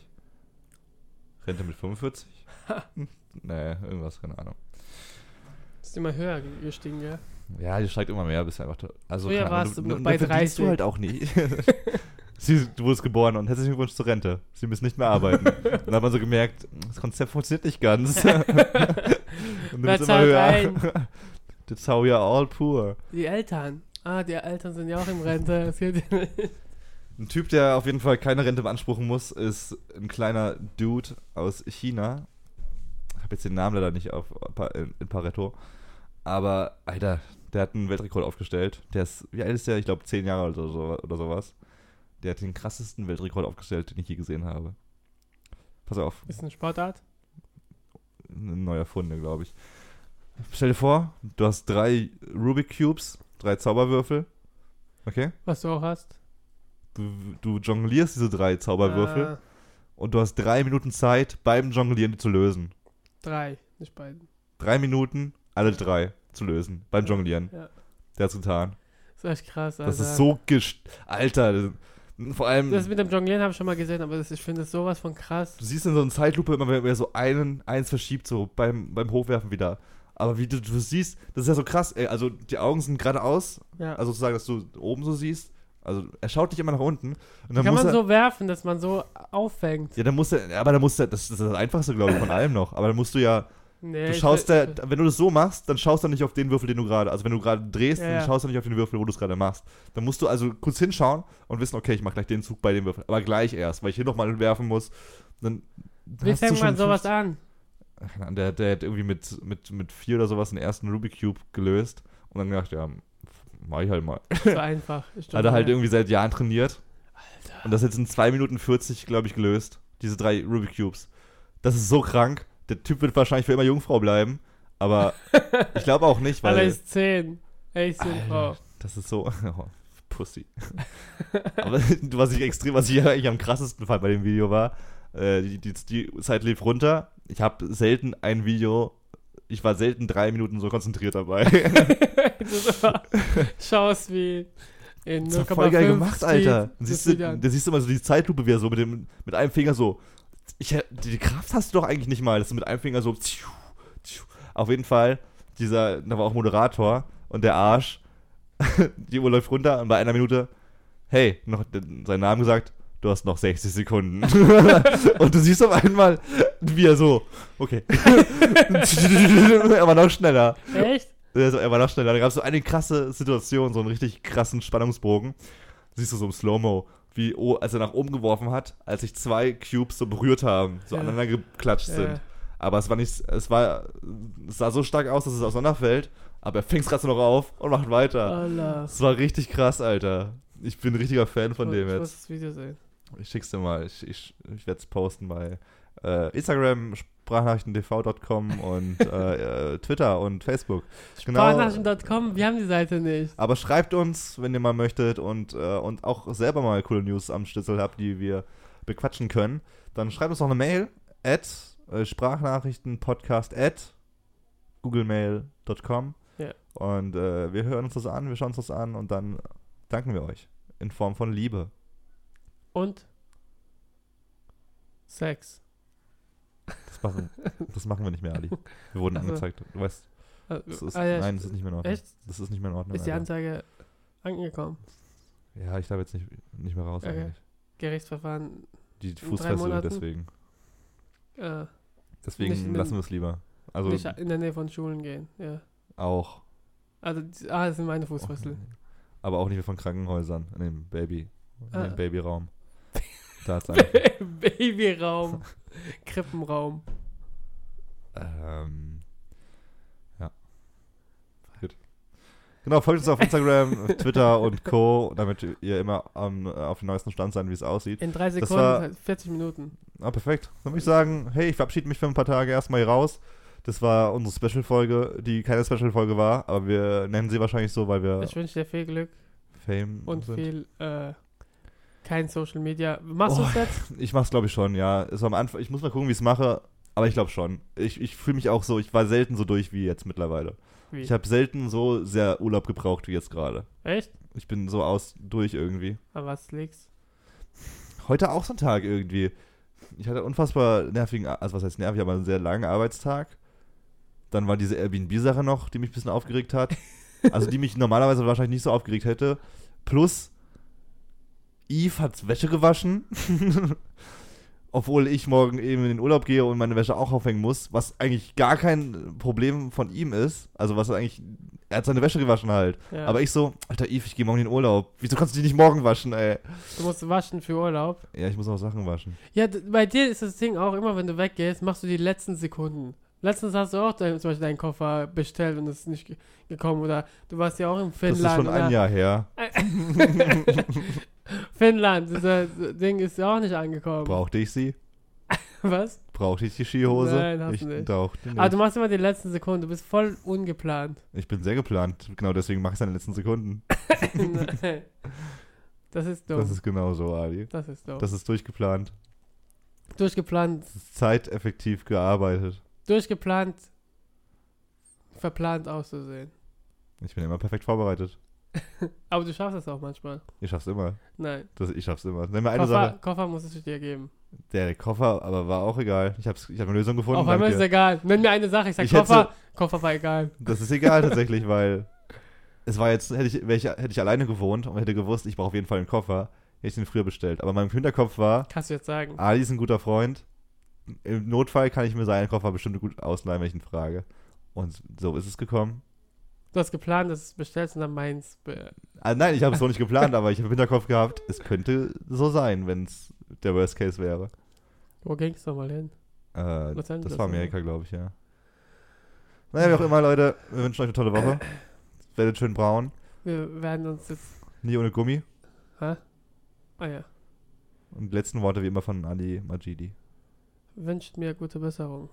[SPEAKER 2] Rente mit 45? nee, irgendwas, keine Ahnung.
[SPEAKER 1] Ist immer höher ge- gestiegen, gell?
[SPEAKER 2] Ja, die steigt immer mehr, bist einfach tot. Also,
[SPEAKER 1] Früher
[SPEAKER 2] keine Ahnung,
[SPEAKER 1] warst du bei
[SPEAKER 2] da verdienst
[SPEAKER 1] 30.
[SPEAKER 2] du halt auch nie. Sie, du wurdest geboren und herzlichen Glückwunsch zur Rente. Sie müssen nicht mehr arbeiten. Dann hat man so gemerkt, das Konzept funktioniert nicht ganz. und
[SPEAKER 1] Wer
[SPEAKER 2] bist
[SPEAKER 1] zahlt ein?
[SPEAKER 2] That's how we are all poor.
[SPEAKER 1] Die Eltern. Ah, die Eltern sind ja auch in Rente. Das geht ja nicht.
[SPEAKER 2] Ein Typ, der auf jeden Fall keine Rente beanspruchen muss, ist ein kleiner Dude aus China. Ich habe jetzt den Namen leider nicht auf, in, in Pareto. Aber, Alter, der hat einen Weltrekord aufgestellt. Der ist, wie alt ist der? Ich glaube, zehn Jahre oder, so, oder sowas. Der hat den krassesten Weltrekord aufgestellt, den ich je gesehen habe. Pass auf,
[SPEAKER 1] Ist eine Sportart.
[SPEAKER 2] ein neuer Funde, glaube ich. Stell dir vor, du hast drei Rubik Cubes, drei Zauberwürfel. Okay?
[SPEAKER 1] Was du auch hast.
[SPEAKER 2] Du, du jonglierst diese drei Zauberwürfel.
[SPEAKER 1] Ah,
[SPEAKER 2] und du hast drei Minuten Zeit, beim Jonglieren die zu lösen.
[SPEAKER 1] drei, nicht beiden.
[SPEAKER 2] Drei Minuten, alle drei zu lösen, beim Jonglieren.
[SPEAKER 1] Ja.
[SPEAKER 2] Der hat's getan.
[SPEAKER 1] Das ist echt krass, Alter.
[SPEAKER 2] Das ist so gest... Alter, das- vor allem,
[SPEAKER 1] Das
[SPEAKER 2] du
[SPEAKER 1] mit dem Jonglieren habe ich schon mal gesehen, aber das, ich finde das sowas von krass.
[SPEAKER 2] siehst in so einer Zeitlupe immer, wenn er so einen, eins verschiebt, so beim, beim Hochwerfen wieder. Aber wie du, du siehst, das ist ja so krass, ey. Also die Augen sind geradeaus,
[SPEAKER 1] Ja.
[SPEAKER 2] also sozusagen, dass du oben so siehst. Also er schaut dich immer nach unten. Und dann
[SPEAKER 1] Kann
[SPEAKER 2] muss
[SPEAKER 1] man
[SPEAKER 2] er,
[SPEAKER 1] so werfen, dass man so auffängt.
[SPEAKER 2] Ja, dann musst du, aber dann musst du, das ist das Einfachste, glaube ich, von allem noch. Aber dann musst du ja
[SPEAKER 1] Nee,
[SPEAKER 2] Du
[SPEAKER 1] ich
[SPEAKER 2] schaust
[SPEAKER 1] will-
[SPEAKER 2] da, wenn du das so machst, dann schaust du nicht auf den Würfel, den du gerade, also wenn du gerade drehst,
[SPEAKER 1] Ja,
[SPEAKER 2] dann
[SPEAKER 1] ja.
[SPEAKER 2] schaust du nicht auf den Würfel, wo du es gerade machst. Dann musst du also kurz hinschauen und wissen, okay, ich mache gleich den Zug bei dem Würfel, aber gleich erst, weil ich hier nochmal werfen muss. Dann
[SPEAKER 1] Wie
[SPEAKER 2] hast du
[SPEAKER 1] fängt
[SPEAKER 2] schon
[SPEAKER 1] man sowas
[SPEAKER 2] 50
[SPEAKER 1] an?
[SPEAKER 2] Keine Ahnung, Der, der hat irgendwie mit, mit, mit vier oder sowas den ersten Rubik Cube gelöst und dann gedacht, ja, mach ich halt mal.
[SPEAKER 1] So einfach. Ich
[SPEAKER 2] Hat er halt
[SPEAKER 1] jongliere.
[SPEAKER 2] irgendwie seit Jahren trainiert. Und das jetzt in 2 Minuten 40, glaube ich, gelöst. Diese drei Rubik Cubes. Das ist so krank. Der Typ wird wahrscheinlich für immer Jungfrau bleiben. Aber ich glaube auch nicht,
[SPEAKER 1] Aber er
[SPEAKER 2] weil.
[SPEAKER 1] ist 10. Er ist 10 Frau.
[SPEAKER 2] Alter, das ist so. Oh, Pussy. Aber was ich extrem, was ich eigentlich am krassesten fand bei dem Video war, äh, die, die, die Zeit lief runter. Ich habe selten ein Video. Ich war selten drei Minuten so konzentriert dabei.
[SPEAKER 1] Schaust wie in
[SPEAKER 2] Das ist voll geil
[SPEAKER 1] 0,5
[SPEAKER 2] gemacht, Alter.
[SPEAKER 1] Speed
[SPEAKER 2] Da
[SPEAKER 1] das
[SPEAKER 2] siehst, du,
[SPEAKER 1] Video an.
[SPEAKER 2] da siehst du immer so die Zeitlupe, wie er so mit, dem, mit einem Finger so. Ich, hä- die die Kraft hast du doch eigentlich nicht mal, dass du mit einem Finger so. Tschiu, tschiu. Auf jeden Fall, dieser, da war auch Moderator und der Arsch. die Uhr läuft runter und bei einer Minute, hey, noch den- seinen Namen gesagt, du hast noch 60 Sekunden. und du siehst auf einmal, wie er so, okay. er war noch schneller.
[SPEAKER 1] Echt?
[SPEAKER 2] Also, er war noch schneller. Da gab es so eine krasse Situation, so einen richtig krassen Spannungsbogen. Siehst du so im Slow-Mo, wie o- als er nach oben geworfen hat, als sich zwei Cubes so berührt haben, so
[SPEAKER 1] Ja.
[SPEAKER 2] aneinander geklatscht
[SPEAKER 1] Ja.
[SPEAKER 2] sind. Aber es war nicht, es war, es sah so stark aus, dass es auseinanderfällt, aber er fängt es gerade noch auf und macht weiter.
[SPEAKER 1] Allah.
[SPEAKER 2] Es war richtig krass, Alter. Ich bin ein richtiger Fan von
[SPEAKER 1] Ich
[SPEAKER 2] dem
[SPEAKER 1] muss- Ich
[SPEAKER 2] jetzt.
[SPEAKER 1] muss das Video sehen.
[SPEAKER 2] Ich schick's dir mal. Ich, ich, ich werde es posten bei äh, Instagram, sprachnachrichtentv.com und äh, äh, Twitter und Facebook. Genau.
[SPEAKER 1] Sprachnachrichten.com, wir haben die Seite nicht.
[SPEAKER 2] Aber schreibt uns, wenn ihr mal möchtet und, äh, und auch selber mal coole News am Schlüssel habt, die wir bequatschen können, dann schreibt uns noch eine Mail at äh, sprachnachrichtenpodcast at googlemail.com
[SPEAKER 1] Ja.
[SPEAKER 2] und äh, wir hören uns das an, wir schauen uns das an und dann danken wir euch in Form von Liebe.
[SPEAKER 1] Und Sex.
[SPEAKER 2] Das machen, das machen wir nicht mehr, Ali. Wir wurden
[SPEAKER 1] Also-
[SPEAKER 2] angezeigt. Du weißt,
[SPEAKER 1] Ah,
[SPEAKER 2] das ist,
[SPEAKER 1] ah, ja,
[SPEAKER 2] nein, das ist nicht mehr in Ordnung.
[SPEAKER 1] echt?
[SPEAKER 2] Das ist nicht mehr in Ordnung.
[SPEAKER 1] Ist die
[SPEAKER 2] Alter.
[SPEAKER 1] Anzeige angekommen?
[SPEAKER 2] ja, ich darf jetzt nicht, nicht mehr raus
[SPEAKER 1] Okay.
[SPEAKER 2] eigentlich.
[SPEAKER 1] Gerichtsverfahren
[SPEAKER 2] Die
[SPEAKER 1] drei
[SPEAKER 2] Fußfessel
[SPEAKER 1] Monaten?
[SPEAKER 2] deswegen.
[SPEAKER 1] äh,
[SPEAKER 2] Deswegen
[SPEAKER 1] Nicht in den-
[SPEAKER 2] lassen wir es lieber. Also
[SPEAKER 1] nicht in der Nähe von Schulen gehen. Ja.
[SPEAKER 2] auch.
[SPEAKER 1] Also, die- ah, das sind meine Fußfessel.
[SPEAKER 2] Aber auch nicht mehr von Krankenhäusern in dem Baby. In
[SPEAKER 1] Ah.
[SPEAKER 2] dem Babyraum. Da hat's einfach.
[SPEAKER 1] Babyraum. Krippenraum.
[SPEAKER 2] ähm, ja. Gut. Genau, folgt uns auf Instagram, Twitter und Co., damit ihr immer am- äh, auf dem neuesten Stand seid, wie es aussieht.
[SPEAKER 1] In drei Sekunden,
[SPEAKER 2] war-
[SPEAKER 1] 40 Minuten.
[SPEAKER 2] Ah, perfekt. Dann würde ich sagen, hey, ich verabschiede mich für ein paar Tage erstmal hier raus. Das war unsere Special-Folge, die keine Special-Folge war, aber wir nennen sie wahrscheinlich so, weil wir
[SPEAKER 1] Ich wünsche dir viel Glück
[SPEAKER 2] Fame
[SPEAKER 1] und
[SPEAKER 2] sind.
[SPEAKER 1] viel, äh, kein Social Media. Machst du es
[SPEAKER 2] Oh.
[SPEAKER 1] jetzt?
[SPEAKER 2] Ich mach's, glaube ich, schon, ja. Es war am Anfang, ich muss mal gucken, wie ich es mache, aber ich glaube schon. Ich, ich fühle mich auch so, ich war selten so durch wie jetzt mittlerweile.
[SPEAKER 1] Wie?
[SPEAKER 2] Ich habe selten so sehr Urlaub gebraucht wie jetzt gerade.
[SPEAKER 1] Echt?
[SPEAKER 2] Ich bin so aus durch irgendwie.
[SPEAKER 1] Aber was liegt's?
[SPEAKER 2] Heute auch so ein Tag irgendwie. Ich hatte unfassbar nervigen, Ar- also was heißt nervig, aber einen sehr langen Arbeitstag. Dann war diese Airbnb-Sache noch, die mich ein bisschen aufgeregt hat. Also die mich normalerweise wahrscheinlich nicht so aufgeregt hätte. Plus, Eve hat Wäsche gewaschen. Obwohl ich morgen eben in den Urlaub gehe und meine Wäsche auch aufhängen muss, was eigentlich gar kein Problem von ihm ist. Also was eigentlich, er hat seine Wäsche gewaschen halt.
[SPEAKER 1] Ja.
[SPEAKER 2] Aber ich so, alter Eve, ich gehe morgen in den Urlaub. Wieso kannst du die nicht morgen waschen, ey?
[SPEAKER 1] du musst waschen für Urlaub.
[SPEAKER 2] Ja, ich muss auch Sachen waschen.
[SPEAKER 1] Ja, d- bei dir ist das Ding auch, immer wenn du weggehst, machst du die letzten Sekunden. Letztens hast du auch dein, zum Beispiel deinen Koffer bestellt und es ist nicht ge- gekommen. Oder du warst ja auch in
[SPEAKER 2] Das
[SPEAKER 1] Finnland.
[SPEAKER 2] ist schon ein
[SPEAKER 1] oder-
[SPEAKER 2] Jahr her.
[SPEAKER 1] Finnland, dieser Ding ist ja auch nicht angekommen.
[SPEAKER 2] Brauchte ich sie?
[SPEAKER 1] Was?
[SPEAKER 2] Brauchte ich die Skihose?
[SPEAKER 1] Nein, hast
[SPEAKER 2] ich
[SPEAKER 1] du nicht.
[SPEAKER 2] brauchte
[SPEAKER 1] Aber du
[SPEAKER 2] nicht.
[SPEAKER 1] machst immer die letzten Sekunden, du bist voll ungeplant.
[SPEAKER 2] Ich bin sehr geplant. Genau deswegen mache ich es in den letzten Sekunden.
[SPEAKER 1] Nein. das ist dumm.
[SPEAKER 2] Das ist genau so, Ali.
[SPEAKER 1] Das ist dumm.
[SPEAKER 2] Das ist durchgeplant.
[SPEAKER 1] durchgeplant,
[SPEAKER 2] Das ist zeiteffektiv gearbeitet.
[SPEAKER 1] durchgeplant, verplant auszusehen.
[SPEAKER 2] Ich bin immer perfekt vorbereitet.
[SPEAKER 1] Aber du schaffst es auch manchmal.
[SPEAKER 2] Ich schaff's immer.
[SPEAKER 1] Nein.
[SPEAKER 2] Das, ich schaff's immer. Nenn mir eine
[SPEAKER 1] Koffer,
[SPEAKER 2] Sache.
[SPEAKER 1] Koffer muss es dir geben.
[SPEAKER 2] Der, der Koffer, aber war auch egal. Ich habe ich hab eine Lösung gefunden.
[SPEAKER 1] Auf einmal
[SPEAKER 2] dank
[SPEAKER 1] ist es
[SPEAKER 2] dir.
[SPEAKER 1] egal. Nenn mir eine Sache, ich sag
[SPEAKER 2] Ich hätte
[SPEAKER 1] Koffer. Koffer war egal.
[SPEAKER 2] Das ist egal tatsächlich, weil es war jetzt, hätte ich, wär ich, hätte ich alleine gewohnt und hätte gewusst, ich brauche auf jeden Fall einen Koffer, hätte ich den früher bestellt. Aber mein Hinterkopf war,
[SPEAKER 1] Kannst du jetzt sagen.
[SPEAKER 2] Ali ist ein guter Freund. Im Notfall kann ich mir seinen Koffer bestimmt gut ausleihen, wenn ich ihn frage. Und so ist es gekommen.
[SPEAKER 1] Du hast geplant, dass du es bestellst und dann meins. Be
[SPEAKER 2] Ah, nein, ich habe es so nicht geplant, aber ich habe im Hinterkopf gehabt, es könnte so sein, wenn es der Worst Case wäre.
[SPEAKER 1] Wo ging's nochmal hin?
[SPEAKER 2] Äh,
[SPEAKER 1] Los Angeles,
[SPEAKER 2] das war Amerika, glaube ich, ja. Naja, wie auch immer, Leute, wir wünschen euch eine tolle Woche. Werdet schön braun,
[SPEAKER 1] Wir werden uns jetzt.
[SPEAKER 2] nie ohne Gummi.
[SPEAKER 1] Ah ja.
[SPEAKER 2] Und die letzten Worte wie immer von Ali Majidi.
[SPEAKER 1] Wünscht mir gute Besserung.